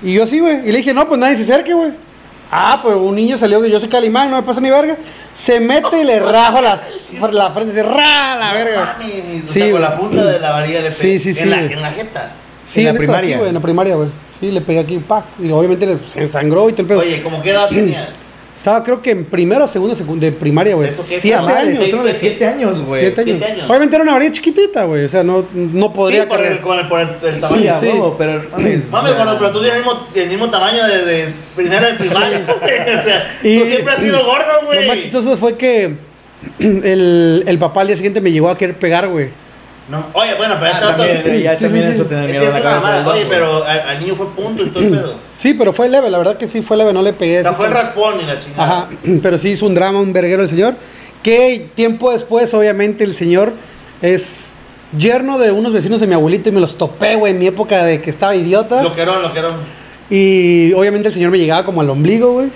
Y yo sí, güey. Y le dije, no, pues nadie se acerque, güey. Ah, pero un niño salió que yo soy Calimán, no me pasa ni verga. Se mete y le rajo las, la frente, se ra la verga. Mames, o Sí, sea, con güey. la punta de la varilla le Sí, pegué. sí, sí, En la, güey. en la jeta. Sí, En la esto de aquí, primaria. güey, en la primaria, güey. Sí, le pegué aquí, pac. Y obviamente le- se ensangró y todo el pedo. Oye, ¿cómo qué edad tenía? Estaba creo que en primero o segundo secu- de primaria, güey. ¿Eso qué es, Siete cabrón? años. Sí, Nosotros de siete años, güey. Siete años. Siete años. Obviamente era una varilla chiquitita, güey. O sea, no, no podría sí, por correr. el, con el, por el, el Sí, tamaño. a sí. huevo, pero mames. Mames, bueno, pero tú tienes el mismo, el mismo tamaño desde primera de primaria. o sea, Y- tú siempre has sido gordo, güey. Lo más chistoso fue que el, el papá al día siguiente me llegó a querer pegar, güey. No, oye, bueno, pero Ah, este vato- también, eh, ya Sí, también sí, sí. eso tener Es que miedo en es la una cabeza. del mamada. Oye, vato. pero al, al niño fue punto y todo el pedo. Sí, pero fue leve, la verdad que sí fue leve, no le pegué. O sea, sí fue el fue- raspón y la chingada. Ajá, pero sí hizo un drama, un verguero el señor. Que tiempo después, obviamente, el señor es yerno de unos vecinos de mi abuelito y me los topé, güey, en mi época de que estaba idiota. Loquerón, loquerón. Y obviamente el señor me llegaba como al ombligo, güey.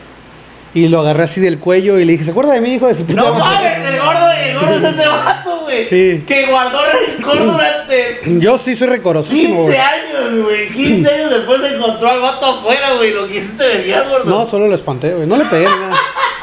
Y lo agarré así del cuello y le dije, ¿se acuerda de mi hijo de su puta No madre?" mames, el gordo, el gordo es ese vato, güey. Sí. Que guardó rencor durante Yo sí soy recorosísimo, 15 güey. años, güey. 15 años después encontró al vato afuera, güey. Lo quisiste venir, gordo. No, solo lo espanté, güey. No le pegué ni nada.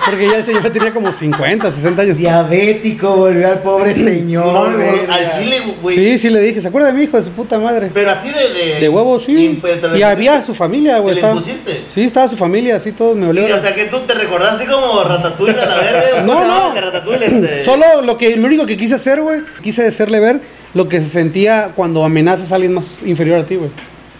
Porque ya el señor tenía como 50, 60 años. Diabético, volvió al pobre señor. No, güey. al chile, güey. Sí, sí le dije, ¿se acuerda de mi hijo de su puta madre? Pero así de. De, De huevo, sí. pero pues, te lo Y había impusiste. su familia, güey. ¿Te le estaba- impusiste? Sí, estaba su familia, así todo me Y, olió. o sea que tú te recordaste como Ratatouille a la verga. güey. No, ¿Cómo se no. llama el de Ratatouille, este? Solo lo que lo único que quise hacer, güey, quise hacerle ver lo que se sentía cuando amenazas a alguien más inferior a ti, güey.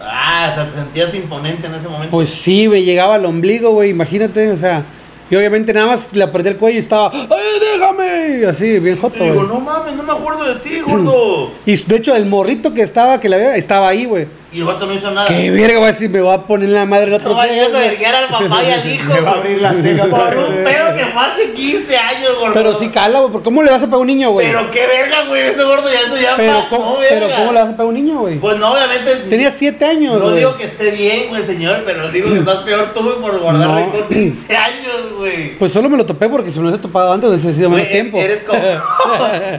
Ah, o sea, te sentías imponente en ese momento. Pues sí, me llegaba al ombligo, güey, imagínate, o sea, Y obviamente nada más le apreté el cuello y estaba, ¡ay, déjame! Y así, bien joto, Te digo, güey. no mames, no me acuerdo de ti, gordo. Y de hecho, el morrito que estaba, que la había, estaba ahí, güey. Y el vato no hizo nada. ¡Qué Pues, verga! Va a decir, me va a poner la madre el otro No vayas día, a güey. verguiar al papá y al hijo. Me va a güey. abrir la ceja Por otra vez. un pedo que fue hace 15 años, gordo. Pero sí cala, güey. porque ¿Cómo le vas a pegar a un niño, güey? Pero qué verga, güey. Ese gordo ya eso ya Pero, pasó, ¿cómo, verga. pero ¿cómo le vas a pegar a un niño, güey? Pues no, obviamente. Tenía siete años, No güey. digo que esté bien, güey, señor, pero digo que estás peor tú, güey, por guardar No. rencor 15 años, güey. Pues solo me lo topé porque si me lo hubiese topado antes hubiese sido menos Güey, tiempo. Eres como,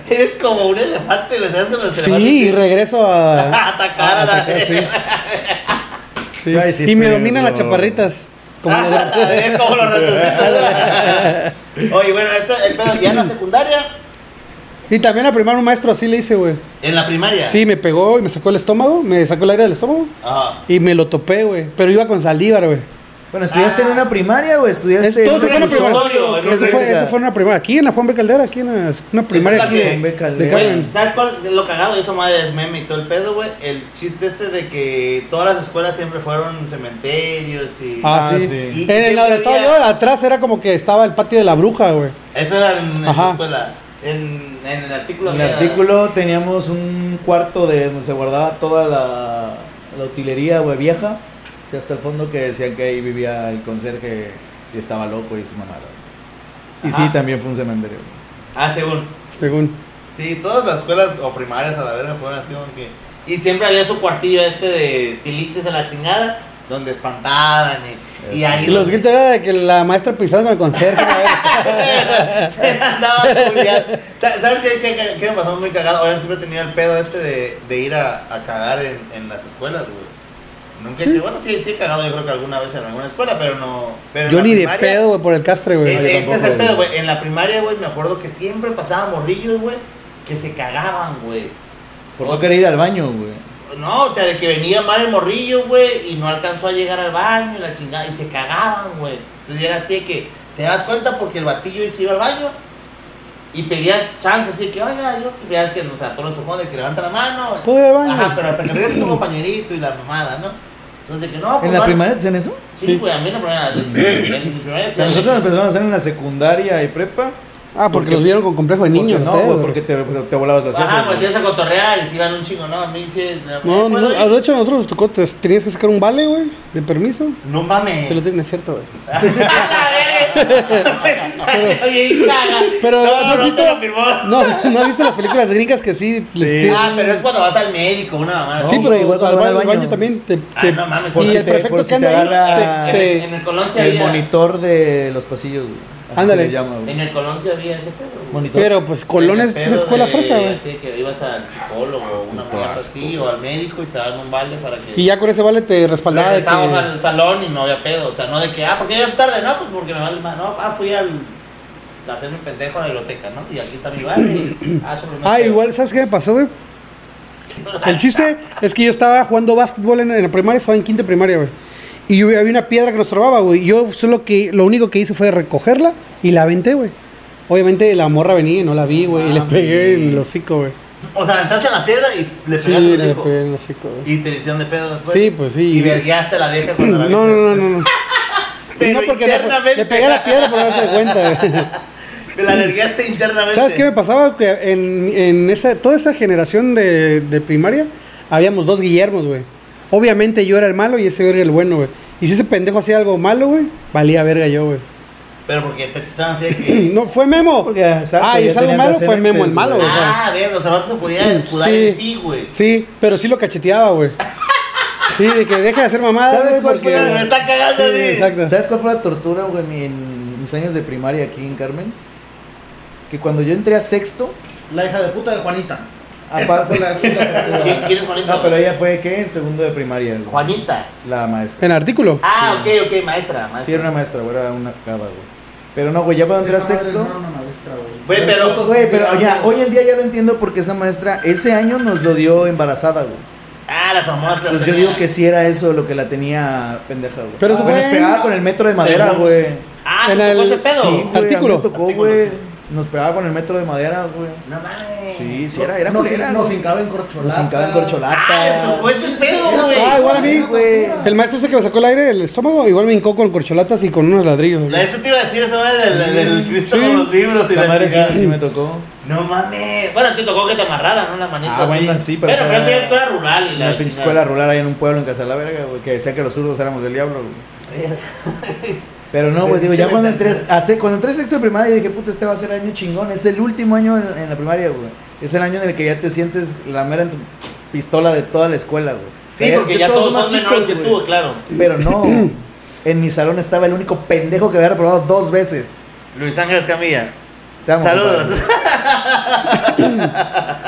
eres como un elefante, güey. ¿Sabes los Sí, Ah, y elefantes? regreso a... A atacar a la- sí. Sí. Ay, sí, y me estoy dominan las loco. chaparritas. Como los de- Es como los ratoncitos. Oye, bueno, esto, el pedo ya en la secundaria, Y también a primar un maestro así le hice, güey. en la primaria. Sí, me pegó y me sacó el estómago, me sacó el aire del estómago Ah. y me lo topé, güey. Pero iba con saldívar, güey. Bueno, ¿estudiaste Ah. en una primaria o estudiaste Esto en se fue un en la primaria. reclusorio? en ¿Qué un Eso fue, verga? eso fue una primaria, aquí en la Juan B. Caldera, aquí en la- es una primaria la aquí que- de, Juan B. de Caldera. Carmen. Güey, ¿Sabes cuál? es Lo cagado de eso, madre, es meme y todo el pedo, güey. El chiste este de que todas las escuelas siempre fueron cementerios y. Ah, Ah, sí. sí. Y- y En la siempre de estaba había- yo, atrás era como que estaba el patio de la bruja, güey. Eso era en, en Ajá. la escuela. En, en el artículo. En el había- artículo teníamos un cuarto de donde se guardaba toda la, la utilería güey, vieja. O sea, hasta el fondo que decían que ahí vivía el conserje y estaba loco y su mamada. Y sí, Ajá. también fue un cementerio. Ah, según. Según. Sí, todas las escuelas o primarias a la verga fueron así, como que- Y siempre había su cuartillo este de tiliches a la chingada, donde espantaban y, y ahí Y los gritos era de que la maestra pisaba con conserje, güey. se andaban culiando. Sa- ¿Sabes qué, qué- qué- qué me pasó muy cagado? Obviamente siempre tenía el pedo este de, de ir a, a cagar en, en las escuelas, güey. Nunca, he- bueno, sí, sí he cagado yo creo que alguna vez en alguna escuela, pero no... Pero en Yo la ni de primaria- pedo, güey, por el castre, güey. Eh, yo ese es tampoco, el pedo, güey. güey. En la primaria, güey, me acuerdo que siempre pasaban morrillos, güey, que se cagaban, güey. Por no querer ir al baño, güey. No, o sea, de que venía mal el morrillo, güey, y no alcanzó a llegar al baño y la chingada, y se cagaban, güey. Entonces era así de que, ¿te das cuenta? Porque el batillo se iba al baño y pedías chance, así de que, oiga, yo que veas que nos sea, todos los cojones, que levanta la mano. Puedo ir al baño. Ajá, pero hasta que regrese tu compañerito y la mamada, ¿no? Entonces de que no, pues, ¿En la no- primaria te hacen eso? Sí, güey, a mí en la primera. En mi primera O sea, nosotros lo empezamos a hacer en la secundaria y prepa. Ah, porque los vieron con complejo de Porque niños, No, ustedes, güey, güey. porque te, te volabas las Ajá, clases. pues güey. tienes a cotorrear y se iban un chingo, ¿no? A mí sí. No, no, ah, ¿puedo ir? de hecho a nosotros nos tocó, te- tenías que sacar un vale, güey, de permiso. No mames. Te lo digo, no es cierto, güey. Pero Pero ¿no, no, has no, visto, te lo firmó. no, ¿no has visto las películas gringas que sí, les Sí. piden- Ah, pero es cuando vas al médico, una mamá. sí, así. pero güey, igual cuando cuando van vas al baño. al baño también te... Ah, te- no mames, por y si el te- prefecto por que si te anda ahí agarra- te- En, te- en el Colón se El había. monitor de los pasillos, güey. Así Ándale. se le llama, güey. En el Colón se había ese pedo. güey. Monitor. Pero pues Colón es es Pedo una escuela de- fresa, güey. Así que ibas al psicólogo o una Puto mamá asco, así o al médico y te daban un balde para que. Y ya con ese vale te respaldaba de que... Regresamos al salón y no había pedo. O sea, no de que, ah, porque ya es tarde, no, pues porque me vale más. No, ah, fui al. a hacerme pendejo a la biblioteca, ¿no? Y aquí está mi bar. y- ah, eso me Ah, quedo. igual, ¿sabes qué me pasó, güey? El chiste es que yo estaba jugando básquetbol en, en la primaria, estaba en quinta primaria, güey. Y yo- había una piedra que nos trababa, güey. Y Yo solo que, lo único que hice fue recogerla y la aventé, güey. Obviamente la morra venía y no la vi, güey. y le Ah, pegué en el hocico, güey. O sea, aventaste la piedra y le Sí, pegaste el le hocico. pegué en el hocico, güey. Y te le hicieron de pedo después. Sí, pues sí. Y vergueaste a la vieja cuando la No, viste. no, no, no. no. Pero no, porque le- internamente. le pegué a la piedra por no darse cuenta, güey. La vergueaste internamente. ¿Sabes qué me pasaba? Que en, en esa, toda esa generación de, de primaria habíamos dos Guillermos, güey. Obviamente yo era el malo y ese era el bueno, güey. Y si ese pendejo hacía algo malo, güey, valía verga yo, güey. Pero porque te estaban así de que. No, fue Memo. Porque, exacto, ah, y ya es algo tenías malo, fue Memo el antecedentes, malo, güey. o sea. Ah, ver, los hermanos se podían escudar Sí. en ti, güey. Sí, pero sí lo cacheteaba, güey. Sí, de que deja de hacer mamadas, ¿Sabes güey, cuál fue Me porque... la- está cagando a mí. Sí, exacto. ¿Sabes cuál fue la tortura, güey, en mi- en mis años de primaria aquí en Carmen? Que cuando yo entré a sexto, La hija de puta de Juanita. Esa fue aparte... la- la- ¿Quién, la- quién es Juanita? No, pero ella fue, ¿qué? En segundo de primaria, güey. Juanita. La maestra. En artículo. Ah, ok, ok, maestra. maestra. Sí, era una maestra, güey, era una cava, güey. Pero no, güey, ya cuando entré a Esa madre sexto... era una maestra, güey. Güey, Pero pero- putos Güey, pero ya, digamos, hoy en día ya lo entiendo porque esa maestra ese año nos lo dio embarazada, güey. Ah, las famosas. Pues yo digo que sí era eso lo que la tenía pendeja, güey. Pero eso Apenas fue en- pegaba con el metro de madera, Según- güey. Ah, En ¿te tocó el- ese pedo? Sí, güey, a mí Artículo. me tocó, Artículo, güey. sí. nos pegaba con el metro de madera, güey. No mames. Sí, sí, era, era nos, culera, nos güey. hincaba en corcholata. Nos hincaban corcholata. Ah, eso fue ese pedo, güey. Ah, igual a mí, güey. El maestro ese que me sacó el aire del estómago, igual me hincó con corcholatas y con unos ladrillos. La- Esto te iba a decir esa madre del, del, del Cristo Sí. con los libros y Esa la madre sí, chingada. sí me tocó. No mames. Bueno, te tocó que te amarraran, ¿no? La manita. Ah, así. bueno, sí, pero Bueno, esa pero esa era- ya es escuela rural. y Una la pinche chingada. escuela rural ahí en un pueblo en Casa de la Verga, güey, que decía que los zurdos éramos del diablo, güey. Pero no, güey, digo, ya cuando entré, hace, cuando entré a sexto de primaria dije, puta, este va a ser año chingón, es el último año en, en la primaria, güey. Es el año en el que ya te sientes la mera en tu pistola de toda la escuela, güey. O sea, Sí, porque ya todos son menores que güey. tú, claro. Pero no, en mi salón estaba el único pendejo que había reprobado dos veces. Luis Ángel Escamilla. Te amo, Saludos. compadre.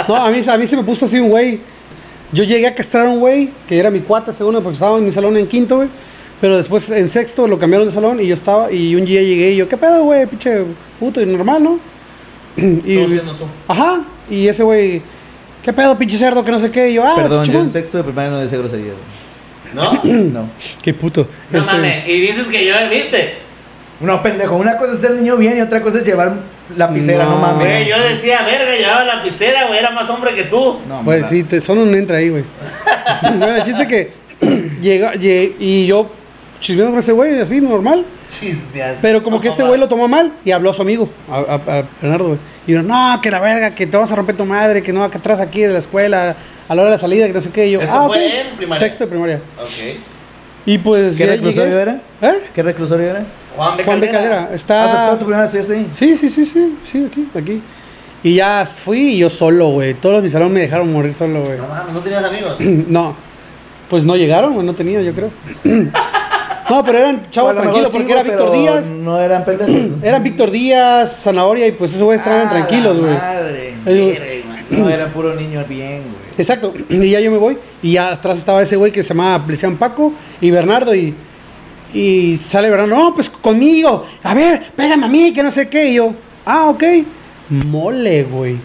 No, a mí, a mí se me puso así un güey. Yo llegué a castrar a un güey, que era mi cuata, segundo, porque estaba en mi salón en quinto, güey. Pero después en sexto lo cambiaron de salón y yo estaba, y un día llegué y yo, ¿qué pedo, güey? Pinche puto y normal, ¿no? Y, Tú siendo tú. ajá, y ese güey, ¿qué pedo, pinche cerdo? Que no sé qué. Y yo, ah, Perdón, yo chingón". en sexto de primaria no decía grosería, güey. ¿No? No. Qué puto. No Este, mames. Y dices que yo, ¿viste? No, pendejo, una cosa es ser niño bien y otra cosa es llevar lapicera, no, No. mames. Güey, yo decía, verga, llevaba lapicera, güey, era más hombre que tú. No, Pues mamá. sí, te, son un entra ahí, güey. bueno, el chiste que llega, lle- y yo chismeando con ese güey, así, normal. Chismeando. Pero como que este güey lo tomó mal y habló a su amigo, a, a- a Bernardo, güey. Y yo, no, que la verga, que te vas a romper tu madre, que no, acá atrás aquí de la escuela, a la hora de la salida, que no sé qué. Y yo, ¿Eso ah, fue ok". en primaria? Sexto de primaria. Ok. Y pues. ¿Qué ya reclusorio llegué. era? ¿Eh? ¿Qué reclusorio era? Ah, Juan de Juan de Caldera. ¿Has aceptado Está. tu primera estudiaste ahí? Sí, sí, sí, sí, sí, aquí, aquí. Y ya fui y yo solo, güey. Todos mis salón me dejaron morir solo, güey. No mames, no tenías amigos. No. Pues no llegaron, güey, no tenía, yo creo. no, pero eran O a chavos lo mejor tranquilos, sí, porque güey, era Víctor pero Díaz. No eran pendejos. Eran Víctor Díaz, Zanahoria y pues esos güeyes estaban Ah, tranquilos, la güey. Madre. Ellos- Verga, man. No, era puro niño bien, güey. Exacto, y ya yo me voy. Y ya atrás estaba ese güey que se llamaba, le decían Paco y Bernardo. Y, y sale Bernardo, no, pues conmigo, a ver, pégame a mí, que no sé qué. Y yo, ah, ok. Mole, güey.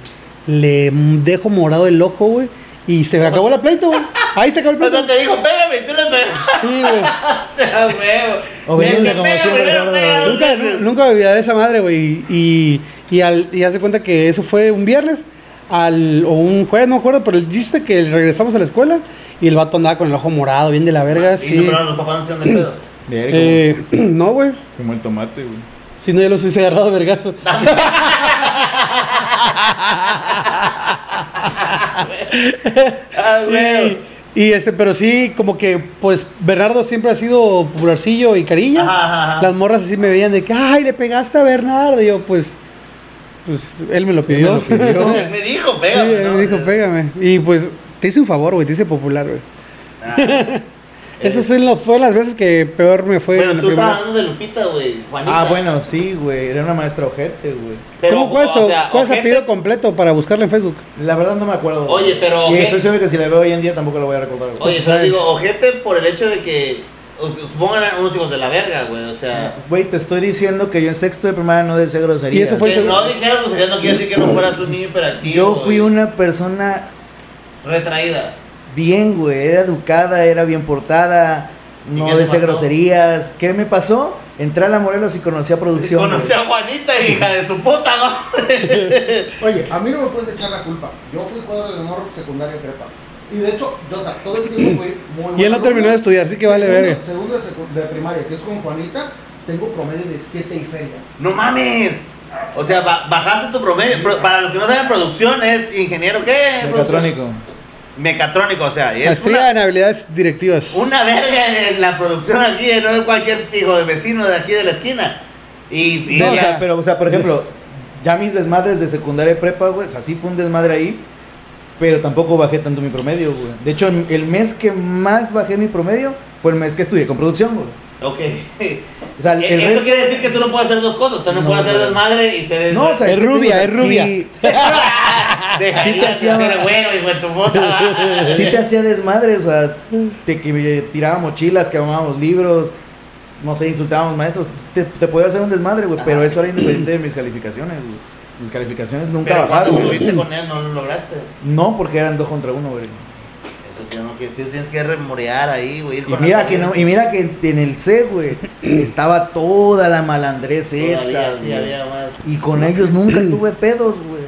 Le m- dejo morado el ojo, güey. Y se acabó la pleito, güey. Ahí se acabó el O sea, pleito. te dijo, pégame, y tú le pegaste Sí, güey. a huevo. O veniendo como siempre, gordo. Nunca, nu- nunca me olvidaré esa madre, güey. Y, y, al, y haz de cuenta que eso fue un viernes al, o un jueves, no me acuerdo, pero el chiste que regresamos a la escuela y el vato andaba con el ojo morado, bien de la verga. Y sí. Ah, no, pero los papás no se de pedo. Verga, güey. Eh, no, güey. Como el tomate, güey. Si no, yo los hubiese agarrado a vergazo. Ah, y, güey. y ese, pero sí, como que, pues, Bernardo siempre ha sido popularcillo y carilla. Ajá, ajá, ajá. Las morras así me veían de que, ay, le pegaste a Bernardo. Y yo, pues, pues, él me lo pidió. lo pidió. Él Me dijo, sí, pégame. él ¿no? me dijo, pégame. Y pues, te hice un favor, güey, te hice popular, güey. Ah. Esas son las- fueron las veces que peor me fue. en Pero la tú primaria. estabas hablando de Lupita, güey. Juanita. Ah, bueno, sí, güey. Era una maestra ojete, güey. Pero, ¿Cómo cuál es o su- sea, cuál es su ojete- apellido completo para buscarlo en Facebook? La verdad no me acuerdo. güey. Oye, pero Y ojete- estoy seguro que si la veo hoy en día tampoco la voy a recordar, güey. Oye, solo digo, ojete por el hecho de que os- os pongan a unos hijos de la verga, güey. O sea, Güey, te estoy diciendo que yo en sexto de primaria no decía grosería. Y eso fue que el no segundo. dijeras grosería no quiere decir que no fueras un niño hiperactivo. Yo fui güey. una persona Retraída. bien, güey. Era educada, era bien portada, ¿Y no qué te decía pasó? groserías. ¿Qué me pasó? Entré a la Morelos y conocí a producción. Conocí a Juanita, hija de su puta, ¿no? Oye, a mí no me puedes echar la culpa. Yo fui cuadro de honor secundaria y prepa. Y de hecho, yo, o sea, todo el tiempo fui muy Y él no terminó buen de alumno. estudiar, así que vale Segundo- verga. Segundo de, secu- de primaria, que es con Juanita, tengo promedio de 7 y feria. No mames. O sea, ba- bajaste tu promedio. Pro- para los que no saben, producción es ingeniero, ¿qué? Mecatrónico. Producción. Mecatrónico, o sea, y es Maestría una, en habilidades directivas. una verga en la producción aquí, eh, no es cualquier hijo de vecino de aquí de la esquina. Y, y No, la- o sea, pero, o sea, por ejemplo, ya mis desmadres de secundaria y prepa, güey, o sea, sí fue un desmadre ahí, pero tampoco bajé tanto mi promedio, güey. De hecho, en- el mes que más bajé mi promedio fue el mes que estudié con producción, güey. Ok. O sea, el Eso resto... quiere decir que tú no puedes hacer dos cosas. O sea, no, No, puedes hacer güey. desmadre y ser No, o sea, Es que te rubia, o sea, es rubia. Sí, Ah, Deja sí te ir a hacía- hacer güero, hijo de tu puta. sí te hacía desmadres, o sea, te que tirábamos mochilas, que amábamos libros, no sé, insultábamos maestros. Te, te podía hacer un desmadre, güey, pero eso era independiente de mis calificaciones, güey. Mis calificaciones nunca Pero cuando bajaron. güey. estuviste con él no lo lograste. No, porque eran dos contra uno, güey. Eso ya no quieres, tú tienes que remorear ahí, güey. ir Y con la mira que no, corriente. y mira que en el C, güey, estaba toda la malandrez esa. Todavía sí güey. había más. Y con ellos nunca tuve pedos, güey.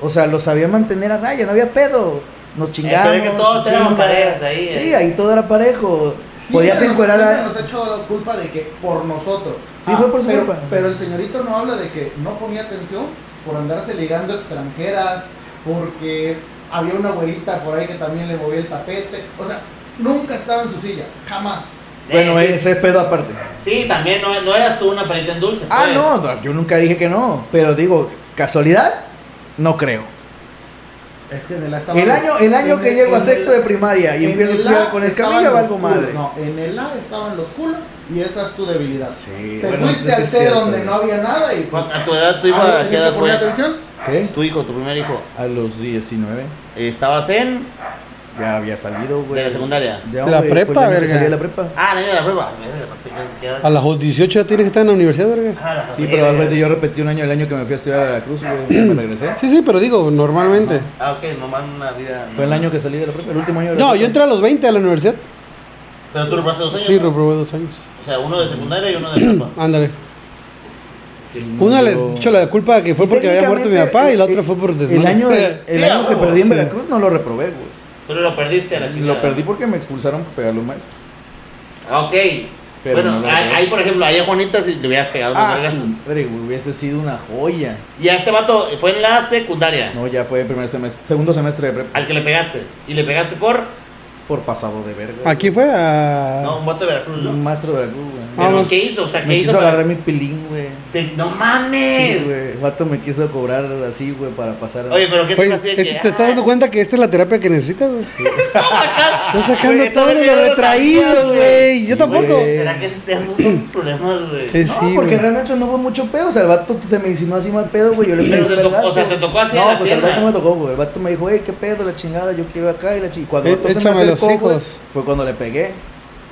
O sea, los sabía mantener a raya, no había pedo. Nos chingamos. Eh, pero es que todos se éramos chinga. parejas ahí, eh. Sí, ahí. ahí todo era parejo. Podías Siempre encuerar nos- a... Nos ha hecho la culpa de que por nosotros. Sí, fue por su pero, culpa. Pero el señorito no habla de que no ponía atención por andarse ligando extranjeras, porque había una güerita por ahí que también le movía el tapete. O sea, nunca estaba en su silla, jamás. Bueno, Eh, ese es pedo aparte. Sí, también no, no eras tú una paleta en dulce. Ah, pues. no, no, yo nunca dije que no. Pero digo, ¿casualidad? No creo. Es que en el A estaba- El año, el año en que el- llego a en sexto el- de primaria y en empiezo a el estudiar A con estaban Escamilla, los valgo culos. madre. No, en el A estaban los culos y esa es tu debilidad. Sí, Te bueno, eso fuiste sí al es C cierto, donde güey. no había nada y pues, A tu edad, tú Ah, ahí ibas a tenías que qué edad poner fue? atención. ¿Qué? Tu hijo, tu primer hijo. A los 19. Eh, ¿Estabas en? Ya había salido, güey. ¿De la secundaria? Ya, De la güey, prepa, fue el año que verga. salí de la prepa. Ah, el año de la prueba. Verga, no sé qué- qué edad. A las 18 ya tienes que estar en la universidad, verga. Ah, la Eh, Sí, pero verga. Alberto, yo repetí un año el año que me fui a estudiar a Veracruz, güey, me regresé. Sí, sí, pero digo, normalmente. Ah, ok, nomás una vida. Fue el año que salí de la prepa, el último año de la No, prepa. yo entré a los 20 a la universidad. Pero tú reprobaste dos años. Sí, ¿no? reprobé dos años. O sea, uno de secundaria y uno de prepa. Ándale. Sí, Una yo- les he hecho la culpa que fue porque había muerto mi Técnicamente, eh, papá y la el- otra fue por desmadre. El año, de- el Sí, año que huevo, perdí en sí. Veracruz no lo reprobé, güey. Solo lo perdiste a la chica. Lo perdí porque me expulsaron por pegarle a un maestro. Ah, ok. Pero bueno, no lo ahí, logré. ahí, por ejemplo, ahí a Juanita si le hubieras pegado. una Ah, verga. su madre, güey, hubiese sido una joya. Y a este vato fue en la secundaria. No, ya fue el primer semestre, segundo semestre de prepa, Al que le pegaste. Y le pegaste por. por pasado de verga. güey. Aquí fue Ah, a. No, un vato de Veracruz, Un ¿no? maestro de Veracruz, güey. Pero no. ¿qué hizo? O sea, Ah. ¿qué Mm. Me hizo? quiso para- agarrar mi pilín, güey. Te- No mames. Sí, güey. El Vato me quiso cobrar así, güey, para pasar. a- Oye, pero ¿qué te Eh. Oye, hacía este- que, ¿te estás dando ay, Ah, cuenta que esta es la terapia que necesitas, güey? Estás sacando Güey, todo eso lo yo no lo sabía, retraído, güey. güey. Yo Sí, tampoco. güey. ¿Será que este es un problema, güey? Eh, No, sí, porque güey. realmente no hubo mucho pedo. O sea, el vato se me insinuó así mal pedo, güey. Yo le Pero pegué te un tocó- vergazo. o sea, te tocó así en No, la pues el pierna. vato me tocó, güey. El vato me dijo, hey, qué pedo, la chingada, yo quiero acá y la chingada. Cuando el Eh, vato se me échame los acercó, güey, hijos. fue cuando le pegué.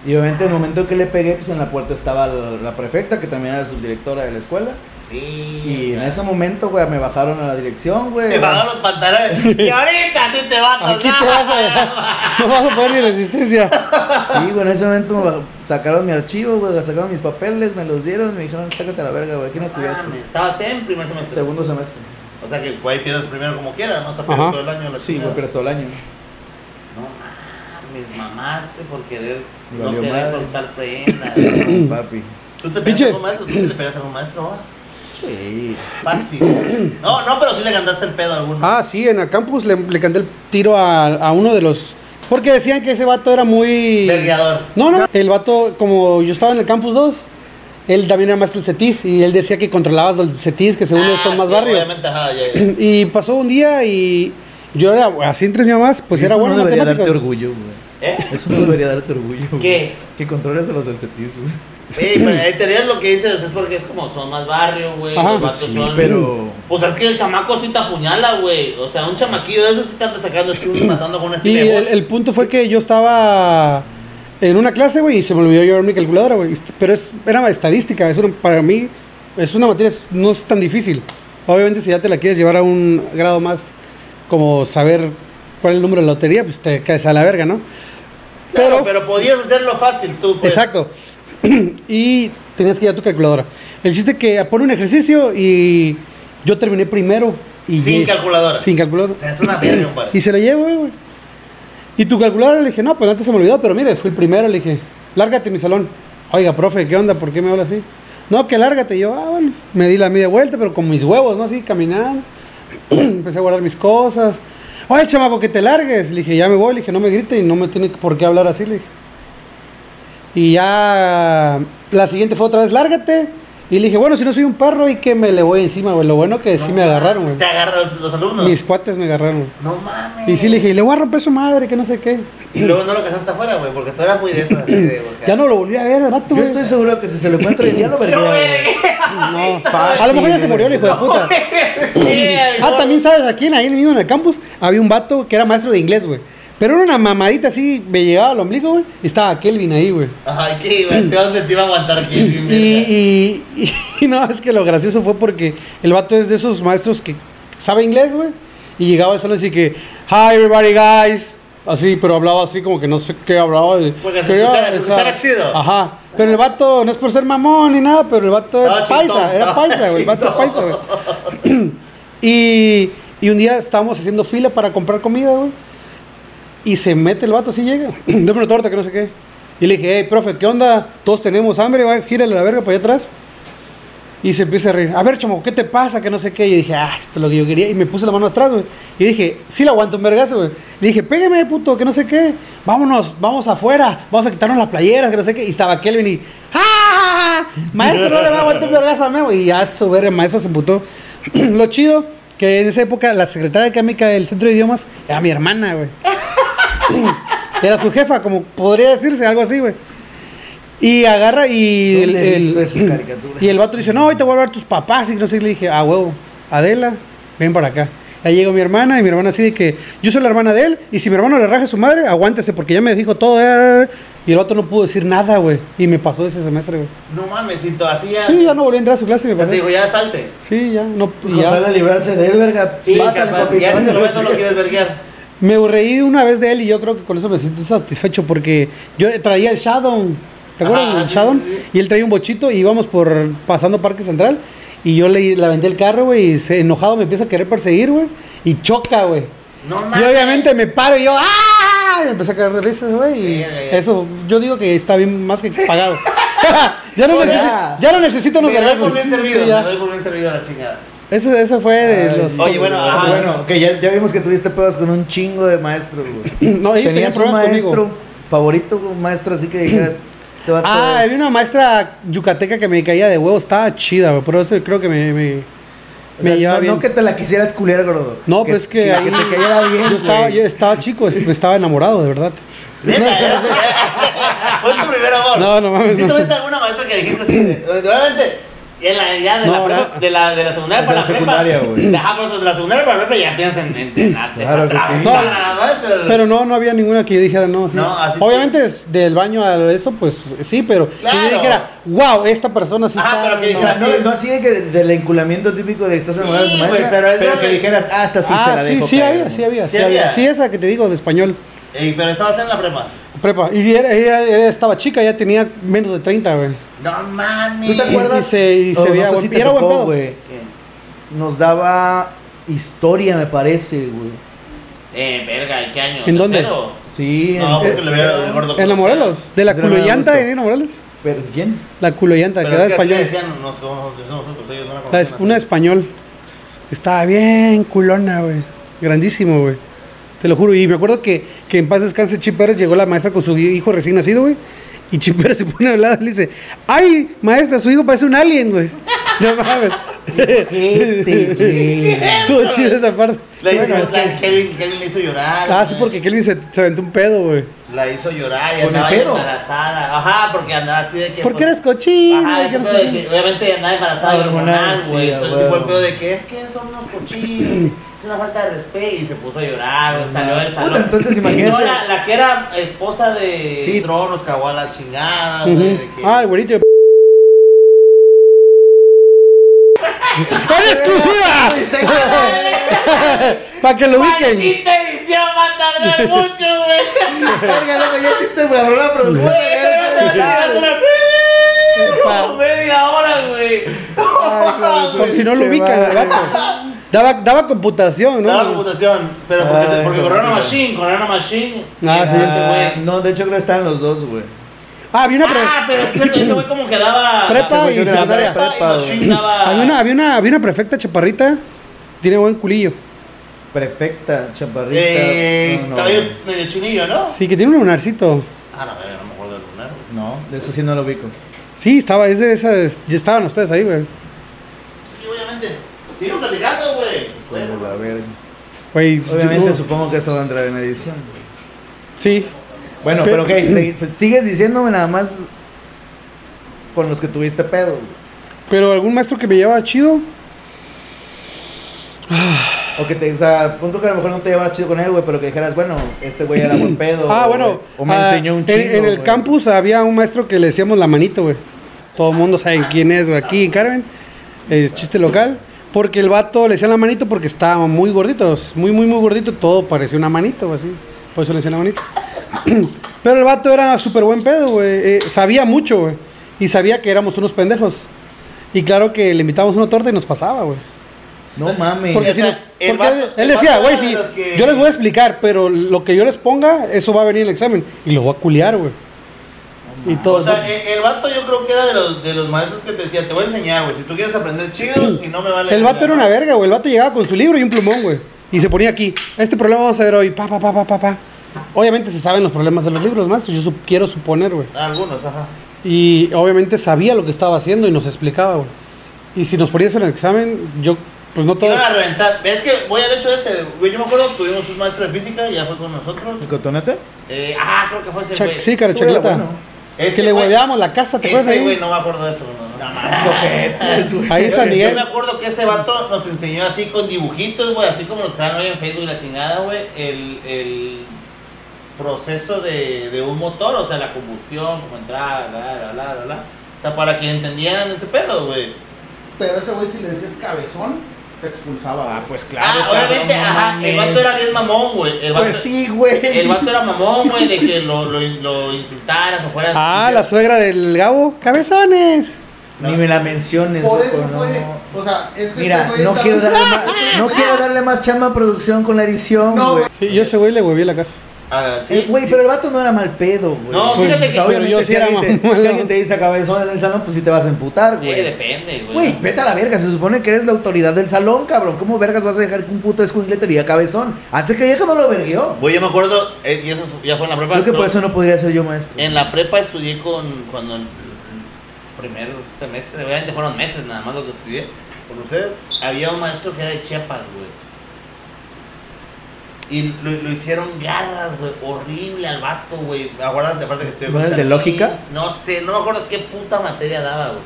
Y obviamente, en el momento que le pegué, pues en la puerta estaba la, la prefecta, que también era subdirectora de la escuela. Y en ese momento, güey, me bajaron a la dirección, güey. Te pagaron los pantalones. Y ahorita sí te va a tocar. Aquí te vas a. No vas a poner ni resistencia. Sí, güey, en ese momento me baj- sacaron mi archivo, güey, sacaron mis papeles, me los dieron, me dijeron, sácate a la verga, güey, aquí no estudiaste. Mames, Estabas en primer semestre. Segundo semestre. O sea que puedes pierdes primero como quieras, ¿no? O sea, pierdes Ajá. todo el año. La Sí, chingada. güey, pero todo el año. No mames, mamaste por querer Y no valió querer madre. soltar prenda. Papi. ¿Tú te Pinche. pegas a un maestro? ¿Tú sí le pegas a un maestro? va? Sí. Fácil. No, no, pero sí le cantaste el pedo a alguno. Ah, sí, en el campus le, le canté el tiro a, a uno de los. Porque decían que ese vato era muy. Vergueador. No, no, el vato, como yo estaba en el campus 2, él también era maestro del CETIS y él decía que controlabas los CETIS, que según ellos son más Ah, sí, barrio. Obviamente, ajá, ya, ya. Y pasó un día y yo era así entre mis mamás, pues era Eso bueno no en debería darte matemáticas. orgullo, güey. ¿Eh? Eso no debería darte orgullo, güey. ¿Qué? Que controles a los del CETIS, güey. Ey, pero en teoría lo que dices es porque es como son más barrio, güey. Ajá. los vatos Sí, son- pero... Pues es que el chamaco sí te apuñala, güey. O sea, un chamaquillo de esos sí te anda sacando así, un- matando con una Y espina de el, voz. el punto fue que yo estaba en una clase, güey, y se me olvidó llevar mi calculadora, güey. Est- Pero es, era estadística, es una- para mí es una materia, es- no es tan difícil. Obviamente si ya te la quieres llevar a un grado más, como saber cuál es el número de la lotería, pues te caes a la verga, ¿no? Claro, pero, podías hacerlo fácil tú, pues. Exacto. y tenías que ir a tu calculadora. El chiste que pone un ejercicio y yo terminé primero. Y Sin llegué- calculadora. Sin calculadora. O sea, es una verga, compadre. Y se lo llevo, eh, güey. Y tu calculadora le dije, no, pues antes se me olvidó, pero mire, fui el primero, le dije, lárgate mi salón. Oiga, profe, ¿qué onda? ¿Por qué me habla así? No, que lárgate. Y yo, ah, bueno, me di la media vuelta, pero con mis huevos, ¿no? Así, caminando. Empecé a guardar mis cosas. Oye, chamaco, que te largues. Le dije, ya me voy. Le dije, no me grite y no me tiene por qué hablar así. Le dije. Y ya la siguiente fue otra vez, lárgate. Y le dije, bueno, si no soy un perro y que me le voy encima, güey. Lo bueno que sí me agarraron, güey. Te agarran los, los alumnos. Mis cuates me agarraron. güey. No mames. Y sí le dije, le voy a romper su madre, que no sé qué. Y luego no lo casaste afuera, güey, porque tú eras muy de eso. Así de, güey, Ya no lo volví a ver al vato, Yo güey. estoy seguro que si se lo encuentro hoy día lo vería, No, güey. güey. No, Fácil, a lo mejor ya se güey. murió el hijo de puta. Sí, Ah, también sabes a quién, ahí mismo en el campus, había un vato que era maestro de inglés, güey. Pero era una mamadita así, me llegaba al ombligo, güey. Y estaba Kelvin ahí, güey. Ay, qué, güey, ¿de dónde te iba a aguantar aquí? Y, y- y- y no, es que lo gracioso fue porque el vato es de esos maestros que sabe inglés, güey. Y llegaba al salón así que, hi everybody guys, Así, pero hablaba así como que no sé qué hablaba. y- Porque se quería escuchaba- se escuchaba esa- chido. Ajá. Pero el vato, no es por ser mamón ni nada, pero el vato era Estaba paisa, chingón. era paisa, güey. El vato era paisa, güey. y, y un día estábamos haciendo fila para comprar comida, güey. Y se mete el vato, así llega. Dame una torta, que no sé qué. Y le dije, hey, profe, ¿qué onda? Todos tenemos hambre, va, gírale la verga para allá atrás. Y se empieza a reír. A ver, chamo, ¿qué te pasa? Que no sé qué. Y dije, ah, esto es lo que yo quería. Y me puse la mano atrás, güey. Y dije, sí la aguanto un vergazo, güey. Le dije, pégame, puto, que no sé qué. Vámonos, vamos afuera. Vamos a quitarnos las playeras, que no sé qué. Y estaba Kelvin y, ¡ah! Maestro, no le va a aguantar un vergazo a Memo. Y ya, su verga, el maestro se emputó. lo chido, que en esa época la secretaria académica del centro de idiomas era mi hermana, güey. era su jefa, como podría decirse, algo así, güey. Y agarra y. ¿Dónde he visto esa caricatura? Y el vato dice, no, hoy te voy a ver tus papás. Y no sé, y le dije, ah, huevo, Adela, ven para acá. Ahí llegó mi hermana y mi hermana así de que yo soy la hermana de él y si mi hermano le raja a su madre, aguántese porque ya me dijo todo. eh". Y el vato no pudo decir nada, güey. Y me pasó ese semestre, güey. No mames, si todo así ya. Sí, ya no volví a entrar a su clase, me Te pasé. digo, ya salte. Sí, ya, no, Pues y con tal ya. de librarse de él, verga. Sí, pásale, capaz, papi, ya si pásale, se lo ves, no lo chica. quieres verguear. Me reí una vez de él y yo creo que con eso me siento satisfecho porque yo traía el Shadow. ¿Te Ajá, acuerdas del sí, Shadow? sí, sí. Y él traía un bochito y íbamos por pasando Parque Central. Y yo le, la vendé el carro, güey, y se, enojado me empieza a querer perseguir, güey. Y choca, güey. No Y mames. obviamente me paro y yo, ¡ah! Y me empecé a caer de risas, güey. Y Verga, ya. eso, yo digo que está bien más que pagado. ya, no O necesi- sea, ya no necesito Me los doy por vergazos. bien Sí, servido, ya. me doy por bien servido a la chingada. Eso, eso fue de Ay, los. Oye, bueno, Ah, ajá. bueno, que ya, ya vimos que tuviste pedos con un chingo de maestros, güey. no, ellos tenían Tenías un problemas maestro conmigo. favorito, un maestro así que dijeras, "Este te va Ah, había una maestra yucateca que me caía de huevo, estaba chida, güey. Por eso creo que me. me, me llevaba no, bien. no que te la quisieras culiar, gordo. No, pues que ahí- te cayera bien. yo, estaba, güey. yo estaba chico, es- estaba enamorado, de verdad. Neta, eres- fue tu primer amor. No, no mames, ¿Sí no. tuviste alguna maestra que dijiste así? de- Obviamente, en la, ya de, No, la prepa- no. de, la, de la secundaria Desde para la la prepa. secundaria, güey. Ajá, por eso, de la secundaria para la prepa ya piensan en tenate. Claro que sí. Pero no, no había ninguna que yo dijera, no, sí. No, así Obviamente es del baño a eso, pues sí, pero que Claro. yo dijera, wow, esta persona sí Ah, está. pero que O digas, sea, no, no así de que del enculamiento típico de que estás enamorado de Sí, tu maestra, güey, pero es pero de- que dijeras, ah, esta sí se ah, la sí, dejo sí caer, había, güey. sí había, Sí sí había. había. Sí, esa que te digo de español, Ey, pero estabas en la prepa. prepa. Y era- era- era- estaba chica, ya tenía menos de 30, güey. No mames. ¿Tú te acuerdas? Y se- y se Oh, veía no sé buen- si y te era buen tocó, pedo. güey. Eh, Nos daba historia, me parece, güey. Eh, verga, ¿en qué año? ¿En dónde? ¿Tercero? Sí, No, en porque le veo el gordo. En la Morelos, de la Ese no me culoyanta gusta. de Nino Morales. Pero ¿quién? La culoyanta, que Pero era de es que así español. decían, no somos somos nosotros, ellos no la La conocían es- así. una de español. Estaba bien culona, güey. Grandísimo, güey. Te lo juro. Y me acuerdo que, que en paz descanse Chip Pérez llegó la maestra con su hijo recién nacido, güey. Y Chip Pérez se pone a hablar y le dice, ¡ay, maestra, su hijo parece un alien, güey! No mames. Estuvo chido esa parte. La hizo, Bueno, es la- que- Kelvin, Kelvin le hizo llorar. Ah, sí, güey. porque Kelvin se, se aventó un pedo, güey. La hizo llorar y ¿Con el andaba ahí pedo? embarazada. Ajá, porque andaba así de que. ¿Por qué pues, eres cochino? Ajá, ¿Y qué no eso de sé? que obviamente andaba embarazada y Ah, Hormonal, hormonal, sí, güey. a entonces sí fue el huevo. pedo de que es que son unos cochinos, es una falta de respeto. Y se puso a llorar, güey, salió del salón. Puta, entonces imagínate. No, la, la que era esposa de. Sí. Dross nos cagó a la chingada, güey. Ujú. de que- Ah, el güerito de p- ¡En exclusiva! Para que lo ubiquen. ¡Maldita edición va a tardar mucho, güey! Verga, loco, ya hiciste, güey, abrió la producción. Güey, te vas a Ay, tirar como media hora, güey. hijo de tu Por si no lo pinche ubican, el madre. vato. Daba, daba computación, ¿no? Daba computación, pero porque, Ay, porque qué Corona horrible. Machine, Corona Machine. Ah, sí. Ah, ese güey. No, de hecho creo que estaban los dos, güey. Ah, había una, pre- Ah, pero ese- ese güey como que daba. Prepa daba- y daba secundaria. Prepa, Prepa, y Machine güey. daba. Eh, había una, había una, había una prefecta chaparrita. Tiene buen culillo. Perfecta, chaparrita. Eh, No, no, caballo güey. medio chinillo, ¿no? Sí, que tiene un lunarcito. Ah, no, verga, no me acuerdo del lunar. güey. No, de eso sí no lo ubico. Sí, estaba, es de esas. Ya estaban ustedes ahí, güey. Sí, obviamente. Sigo platicando, güey. Bueno, la verga. Güey, Obviamente yo- supongo que esto va a entrar en edición. Sí. Bueno, Pe- pero ok, se- se- sigues diciéndome nada más con los que tuviste pedo. güey. Pero algún maestro que me llevaba chido. O que te, o sea, punto que a lo mejor no te llevaras chido con él, güey, pero que dijeras, bueno, este güey era buen pedo. Ah, o- bueno. O me ah, enseñó un en- chingo. En, el güey. campus había un maestro que le decíamos la manito, güey. Todo el mundo sabe quién es, güey. Aquí en Carmen. Es chiste local. Porque el vato le decían la manito porque estaba muy gordito. Muy, muy, muy gordito. Todo parecía una manito, güey, así. Por eso le decía la manita. Pero el vato era súper buen pedo, güey. Eh, sabía mucho, güey. Y sabía que éramos unos pendejos. Y claro que le invitábamos una torta y nos pasaba, güey. No mames. Porque, o si sea, nos- el porque él, vato- él el decía, vato güey, era de si los que- yo les voy a explicar, pero lo que yo les ponga, eso va a venir en el examen. Y lo voy a culiar, güey. y todo. O sea, e- el, el vato yo creo que era de los, de los maestros que te decía, te voy a enseñar, güey. Si tú quieres aprender chido, si no me vale. el vato verga, era una verga, güey. El vato llegaba con su libro y un plumón, güey. Y se ponía aquí. Este problema vamos a ver hoy. Pa, pa, pa, pa, pa, pa. Obviamente se saben los problemas de los libros, maestro. Yo sup- quiero suponer, güey. ¿no? Ah, Algunos, ajá. Y obviamente sabía lo que estaba haciendo y nos explicaba, güey. Y si nos ponías en el examen, yo, pues no Te todo. Iban a reventar. Es que voy al hecho ese, güey. Yo me acuerdo que tuvimos un maestro de física, ya fue con nosotros. ¿El cotonete? Eh, ah, creo que fue ese Cha- güey. sí, cara, Eso era chacleta. bueno. Ese que le güey- hueveábamos la casa, ¿te acuerdas? Ese güey, Ahí? no me acuerdo de eso, güey, no, no, no. Ahí en San Yo Miguel. me acuerdo que ese vato nos enseñó así con dibujitos, güey, así como nos están hoy en Facebook y la chingada, güey, el, el proceso de, de un motor, o sea, la combustión, cómo entraba, bla, bla, bla, bla, bla. O sea, para que entendieran ese pedo, güey. Pero ese güey, si le decías cabezón, te expulsaba. Ah, pues claro. Ah, cabrón, obviamente, no ajá, el vato mames. era bien mamón, güey. El vato, Pues sí, güey. el vato era mamón, güey, de que lo, lo, lo insultaras o fueras. Ah, la suegra del Gabo. ¡Cabezones! Ni me la menciones, Por loco, eso no. fue. O sea, es que Mira, ese güey no estaba- quiero, darle más, no quiero darle más chamba a producción con la edición, No, güey. güey. Sí, yo a ese güey le hueví la casa. Ah, Eh, sí. Güey, pero el vato no era mal pedo, güey. No, Pues, fíjate o que- sea, pero obviamente, yo sí si, era alguien te, mamón. si alguien te dice cabezón en el salón, pues sí te vas a emputar, Sí, güey. depende, güey. Güey, vete a la verga, se supone que eres la autoridad del salón, cabrón. ¿Cómo vergas vas a dejar que un puto escuincle te diga cabezón? Antes que diga no lo verguió. Güey, yo me acuerdo, eh, y eso ya fue en la prepa. Creo que por pero eso no podría ser yo maestro. En la prepa estudié con. Cuando el el primer semestre, obviamente fueron meses nada más lo que estudié. Por ustedes, había un maestro que era de Chiapas, güey. Y lo, lo hicieron garras, güey. Horrible al vato, güey. Acuérdate, aparte que estudié ¿No era el de Charquín. lógica? No sé, no me acuerdo qué puta materia daba, güey.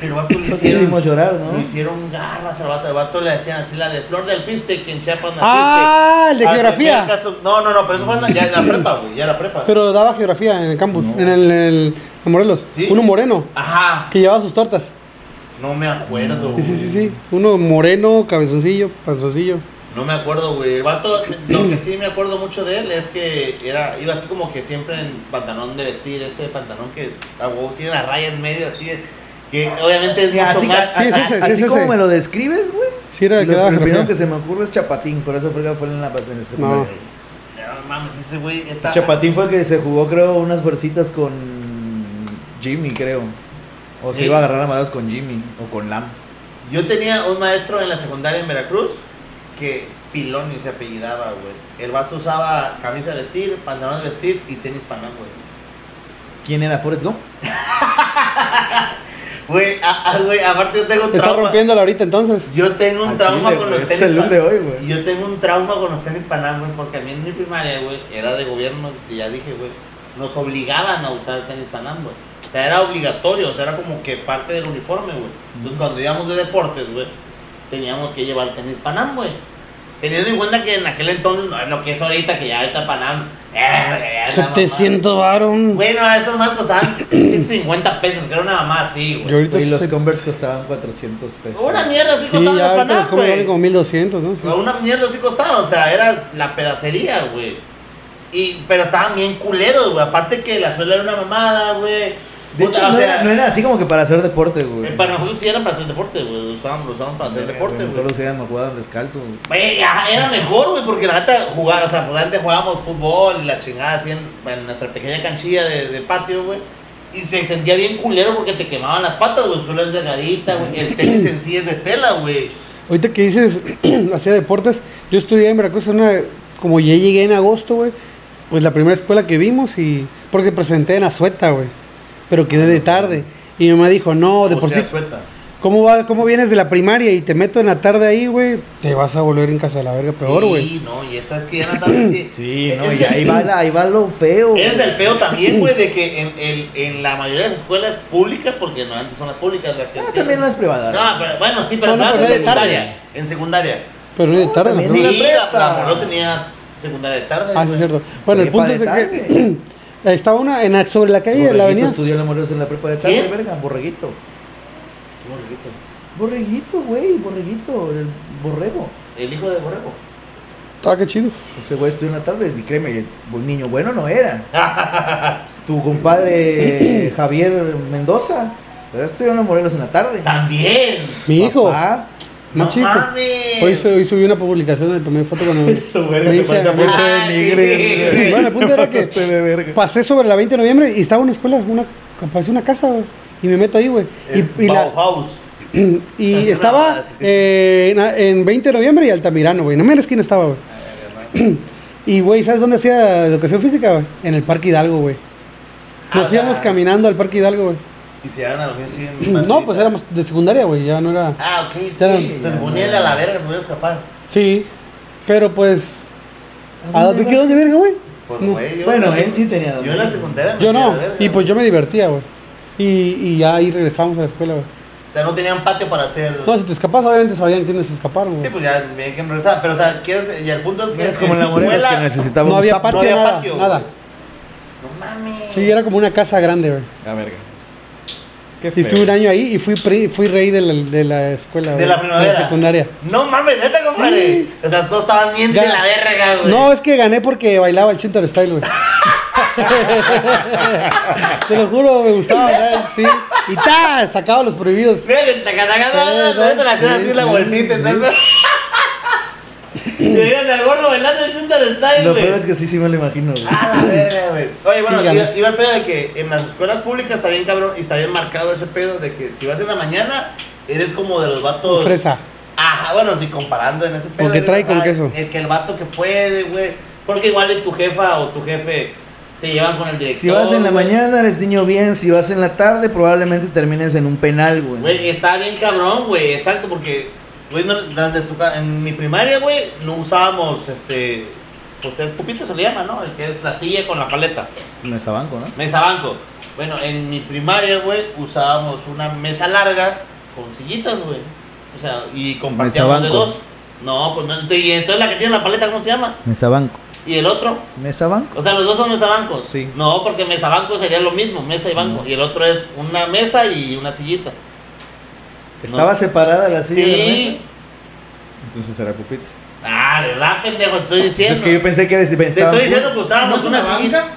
Pero vato lo Eso te hicimos hicieron. llorar, Lo ¿no? hicieron garras al vato. Al vato le hacían así la de flor del piste que en Chiapas naciste. ¡Ah! El de Al geografía. primer caso- No, no, no, pero eso fue en la, ya en la prepa, güey. Ya en la prepa. Pero daba geografía en el campus, No. en el, el- en Morelos. ¿Sí? Ah. Uno moreno, Ajá. que llevaba sus tortas. No me acuerdo, Sí, güey. sí, sí, sí. Uno moreno, cabezoncillo, panzoncillo. No me acuerdo, güey. El vato, lo que sí me acuerdo mucho de él es que era, iba así como que siempre en pantalón de vestir, este pantalón que a huevo tiene la raya en medio así, de- que obviamente es mucho Así, más. sí, a- es a- ese, es así ese. como me lo describes, güey. Sí, era el que Lo, daba lo primero geografía. que se me ocurre es Chapatín, por eso fue que fue en la en el secundario. No mames, ese güey está. Chapatín fue el que se jugó, creo, unas fuercitas con Jimmy, creo. O se Sí. iba a agarrar a madrazos con Jimmy o con Lam. Yo tenía un maestro en la secundaria en Veracruz que Piloni se apellidaba, güey. El vato usaba camisa de vestir, pantalón de vestir y tenis panam, güey. ¿Quién era Forrest Gump? Güey, a- a- güey, aparte yo tengo un Está trauma. rompiéndola ahorita entonces. Yo tengo un Al trauma chile, con güey, los ese tenis. es el look Panam. de hoy, güey. Y yo tengo un trauma con los tenis Panam, güey, porque a mí en mi primaria, güey, era de gobierno, y ya dije, güey, nos obligaban a usar tenis Panam, güey. O sea, era obligatorio, o sea, era como que parte del uniforme, güey. Entonces, cuando íbamos de deportes, güey, teníamos que llevar tenis Panam, güey. Teniendo en cuenta que en aquel entonces, no es lo que es ahorita, que ya ahorita Panam, verga, ya es la mamá. 700 varón. Bueno, esas más costaban 150 pesos, que era una mamá así, Yo güey. ahorita Y los se- Converse costaban 400 pesos. Una mierda así Sí, costaban ya los ahorita los Panam, como güey. valen como 1200, ¿no? Sí. Pero una mierda sí costaba, o sea, era la pedacería, güey. Y, pero estaban bien culeros, güey. Aparte que la suela era una mamada, güey. De Puta, hecho, o no, sea, era, no era así como que para hacer deporte, güey. eh, Para nosotros sí era para hacer deporte, güey. Lo usábamos, lo usábamos para hacer deporte, Solo güey. ustedes no jugaban descalzo, güey. Güey, ajá, era mejor, güey, porque la neta jugar, o sea, pues antes jugábamos fútbol y la chingada así en, en nuestra pequeña canchilla de, de patio, güey. Y se sentía bien culero porque te quemaban las patas, güey. Solo es delgadita, güey. El tenis en sí es de tela, güey. Ahorita que dices, hacía deportes, yo estudié en Veracruz, en una, como ya llegué en agosto, güey, pues la primera escuela que vimos y... Porque presenté en Azueta, güey, pero quedé de tarde. Y mi mamá dijo, no, de O por sea, sí, suelta. ¿cómo, va, ¿cómo vienes de la primaria y te meto en la tarde ahí, güey? Te vas a volver en casa de la verga peor, güey. Sí, no, y esa es que ya no tarde Sí, no, y ahí va, la- ahí va lo uh. feo. Es güey. el peor también, güey, de que en, en- en la mayoría de las escuelas públicas, porque no antes son las públicas las que. Ah, también las privadas. No, pero bueno, sí, pero Ah, No, no, más en pero de tarde. secundaria. En secundaria. Pero no de tarde, también ¿no? una Sí, la, prepa. la Moró tenía secundaria de tarde. Ah, sí, güey. es cierto. Bueno, el punto Prepa es de de que estaba una en, la- sobre la calle, Borreguito la avenida. estudió en la Morelos en la prepa de tarde, ¿Quién? verga, borreguito. Borreguito. Borreguito, güey, borreguito, el borrego. El hijo de Borrego. Ah, qué chido. Ese güey estudió una tarde y créeme, un niño bueno no era. tu compadre eh, Javier Mendoza, pero estudió en Morelos en la tarde. También. Mi hijo. Papá, No Más chico. mames. Hoy, su- hoy subí una publicación de tomé foto con él. Eso, verga, se parece a mucho de Ay, nigre. güey. Bueno, el punto era que Pasaste de verga. pasé sobre la 20 de noviembre y estaba una escuela, una, parece una casa, güey. Y me meto ahí, güey. El Y, y la- Bauhaus. y estaba eh, en, en 20 de noviembre y Altamirano, güey. No me quién estaba, güey. Y, güey, ¿sabes dónde hacía educación física, güey? En el Parque Hidalgo, güey. Nos Ah, íbamos ah. caminando al Parque Hidalgo, güey. Y se iban a los míos No, pues éramos de secundaria, güey. Ya no era... Ah, ok. Ya no- sí. Se ponían a la verga, se podían escapar. Sí, pero pues... ¿A dónde quedó de verga, güey? Pues, No. güey, yo- Bueno, él sí tenía Yo en la secundaria. me Yo fui a no. la verga, Y pues güey. yo me divertía, güey. Y, y ya ahí regresamos a la escuela, güey. O sea, no tenían patio para hacer. No, si te escapas, obviamente sabían quiénes se escaparon, Sí, güey. pues ya me hay que empezar. Pero, o sea, quieres. Y el punto es que. Es como en la Morelos que escuela- necesitaba no un había sapo. patio, no había nada, patio, nada. güey. No mames. Sí, era como una casa grande, güey. La verga. Qué Y feo. estuve un año ahí y fui, pri- fui rey de la, de la escuela, De güey, la primavera. secundaria. No mames, neta, compadre. Sí. O sea, todos estaban bien de Ya. la verga, güey. No, es que gané porque bailaba el Chinter Style, güey. Te lo juro, me gustaba bailar, sí. Y ta, sacaba los prohibidos. Mira que taca, taca, taca, taca, te la hacías así la bolsita, y tal. Y veías al gordo bailando en Chuntar Style, Lo güey. peor es que sí, sí me lo imagino. güey. Ah, la verga, güey. Oye, bueno, Dígame. iba, iba el pedo de que en las escuelas públicas está bien cabrón y está bien marcado ese pedo de que si vas en la mañana, eres como de los vatos. Fresa. Ajá, bueno, si comparando en ese pedo. que eres, trae con ajá, queso. El que el vato que puede, güey. Porque igual es tu jefa o tu jefe se llevan con el director. Si vas en la güey. mañana, eres niño bien. Si vas en la tarde, probablemente termines en un penal, güey. Güey, está bien cabrón, güey, exacto, porque, güey, no- las de tu ca- en mi primaria, güey, no usábamos, este, pues el pupito se le llama, ¿no? El que es la silla con la paleta, Mesa banco, ¿no? mesa banco. Bueno, en mi primaria, güey, usábamos una mesa larga con sillitas, güey. O sea, y compartíamos de banco. dos. No, pues no, y entonces la que tiene la paleta, ¿cómo se llama? Mesa banco. Y el otro. Mesa banco. O sea, los dos son mesabancos. Sí. No, porque mesabanco sería lo mismo, mesa y banco. Y el otro es una mesa y una sillita. Estaba separada la silla de la Sí. mesa. Entonces era pupitre. Ah, ¿verdad, pendejo? Estoy diciendo. Es que yo pensé que eres- Te pensaban- estoy diciendo que usábamos ¿No es una, una sillita. banca?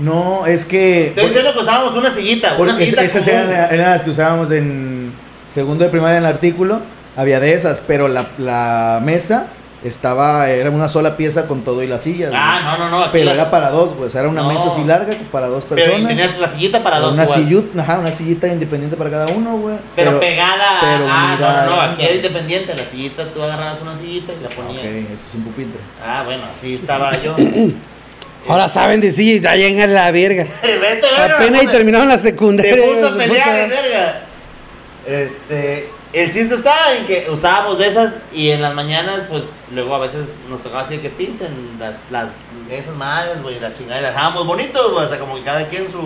No, es Te que. estoy diciendo que usábamos una sillita. Una Porque es- sillita esas común. eran, eran las que usábamos en segundo de primaria en el artículo. Había de esas, pero la, la mesa estaba, era una sola pieza con todo y la silla. güey. Ah, no, no, no. aquí pero la- era para dos, güey. O sea, era una No. mesa así larga para dos Pero personas. tenías la sillita para dos. una, igual. sillut- ajá, una sillita independiente para cada uno, güey. Pero, pegada. pero ah, unida. no, no, no. Aquí era independiente. La sillita, tú agarrabas una sillita y la ponías. Ok, eso es un pupitre. Ah, bueno, así estaba yo. Vete, Ahora saben de sí, ya llegan a la verga. vete, Apenas y vete. terminaron la Se secundaria. puso a güey, pelear, puta. verga. Este, el chiste estaba en que usábamos de esas y en las mañanas, pues luego a veces nos tocaba así que pinten las, las, esas madres, güey, las chingadas, las dejábamos bonitos, güey, o sea, como que cada quien su.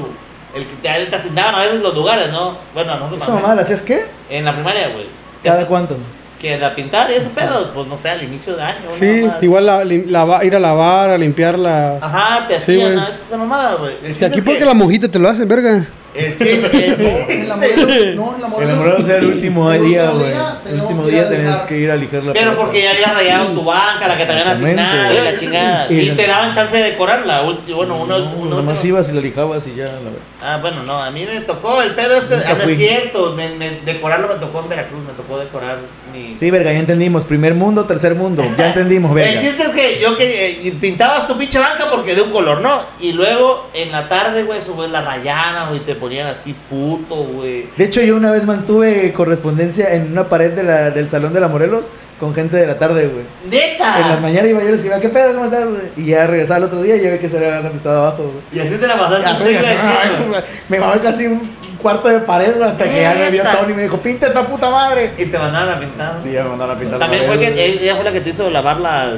El que te te asignaban a veces los lugares, ¿no? Bueno, a nosotros ¿Esa también. mamá la hacías qué? En la primaria, güey. ¿Cada Eso- cuánto? Que la pintar y ese pedo, pues no sé, al inicio de año. Sí, nada más. igual la- li- lava- ir a lavar, a limpiar la... Ajá, te Sí, hacían güey. a veces esa mamada, güey. El Si chiste aquí es porque que- la mojita te lo hacen, verga. El chiste, el En la chiste. Morelos- no, en la El Morelos- amor era el último el día, último güey. día El teníamos último que ir día a tenías dejar. que ir a lijar la Pero pelota. porque ya había rayado tu banca, la que te habían asignado y la chingada. Y te daban chance de decorarla. ulti- Bueno, uno, No, uno- nomás uno- ibas y la lijabas y ya, la verdad. Ah, bueno, no, a mí me tocó el pedo este. Nunca Ah, no fui. es cierto, me, me- decorarlo me tocó en Veracruz, me tocó decorar mi. Sí, verga, ya entendimos. Primer mundo, tercer mundo. Ya entendimos, El verga. chiste es que yo que eh, y pintabas tu pinche banca porque de un color, ¿no? Y luego en la tarde, güey, subes la rayana, güey, te ponían así puto, güey. De hecho, yo una vez mantuve correspondencia en una pared de la- del Salón de la Morelos con gente de la tarde, güey. ¡Neta! En la mañana iba yo y les escribía, ¿qué pedo? ¿Cómo estás, güey? Y ya regresaba el otro día y yo vi que se le había contestado abajo, güey. Y así te la pasaste Ya, un chingo de tiempo. regresaba, Me mamé casi un cuarto de pared güey, hasta que ya me vio Tony y me dijo, pinta esa puta madre. Y te mandaban a pintar. Sí, ya me mandaron a pintar. la También fue pared, que güey. ella fue la que te hizo lavar las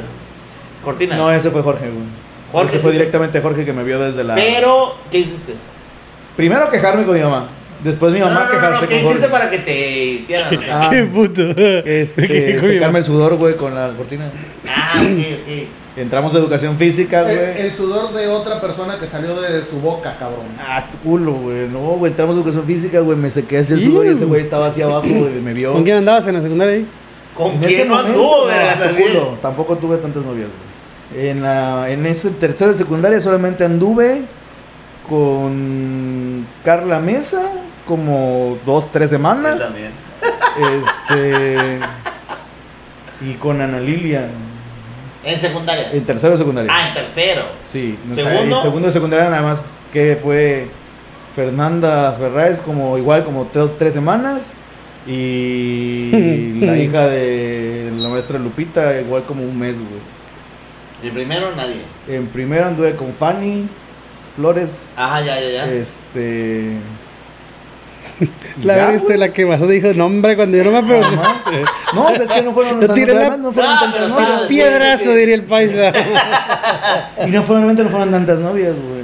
cortinas. No, ese fue Jorge, güey. Jorge. Ese fue directamente Jorge que me vio desde la... Pero, ¿qué hiciste? Primero quejarme con mi mamá. Después mi No, mamá no, no, no, quejarse ¿qué con hiciste Jorge. para que te hicieran? O sea, Ah, Qué puto. Este, Qué secarme el sudor, güey, con la cortina. Ah, ok, Entramos de educación física, El, güey. el sudor de otra persona que salió de su boca, cabrón. Ah, tu culo, güey. No, güey, entramos a educación física, güey. Me sequé así el Iu. sudor y ese güey estaba hacia abajo, güey. Me vio. ¿Con quién andabas en la secundaria ahí? ok. ¿Con En quién ese no momento, anduvo, no, verga? tu culo. Tampoco tuve tantas novias, güey. En, la, en ese tercero de secundaria solamente anduve con Carla Mesa como dos, tres Yo semanas. también. Este. Y con Ana Lilia. En secundaria. En tercero de secundaria. Ah, en tercero. Sí, o sea, ¿Segundo? el segundo de secundaria nada más que fue Fernanda Ferráez como igual como tres, tres semanas y la hija de la maestra Lupita igual como un mes, güey. Y primero nadie. En primero anduve con Fanny Flores, Ajá, ya, ya, ya. este y La ya, verga, este, la que pasó dijo nombre cuando yo no me güey, pregunté. nada más. No, o sea, es que no fueron Yo tiré la- además no fueron Ah, tantas pero novias. sí, sí, Piedrazo, sí. diría el paisa. Y no fueron, realmente no fueron tantas novias, güey.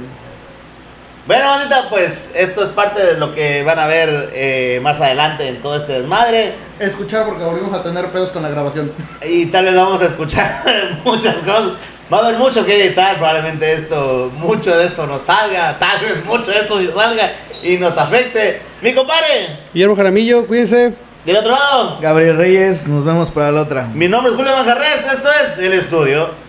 Bueno, bandita, pues esto es parte de lo que van a ver eh, más adelante en todo este desmadre. Escuchar porque volvimos a tener pedos con la grabación. Y tal vez vamos a escuchar muchas cosas. Va a haber mucho que editar, probablemente esto, mucho de esto nos salga, tal vez mucho de esto sí salga y nos afecte. Mi compadre, Guillermo Jaramillo, cuídense. del otro lado, Gabriel Reyes, nos vemos para la otra. mi nombre es Julio Manjarres, esto es El Estudio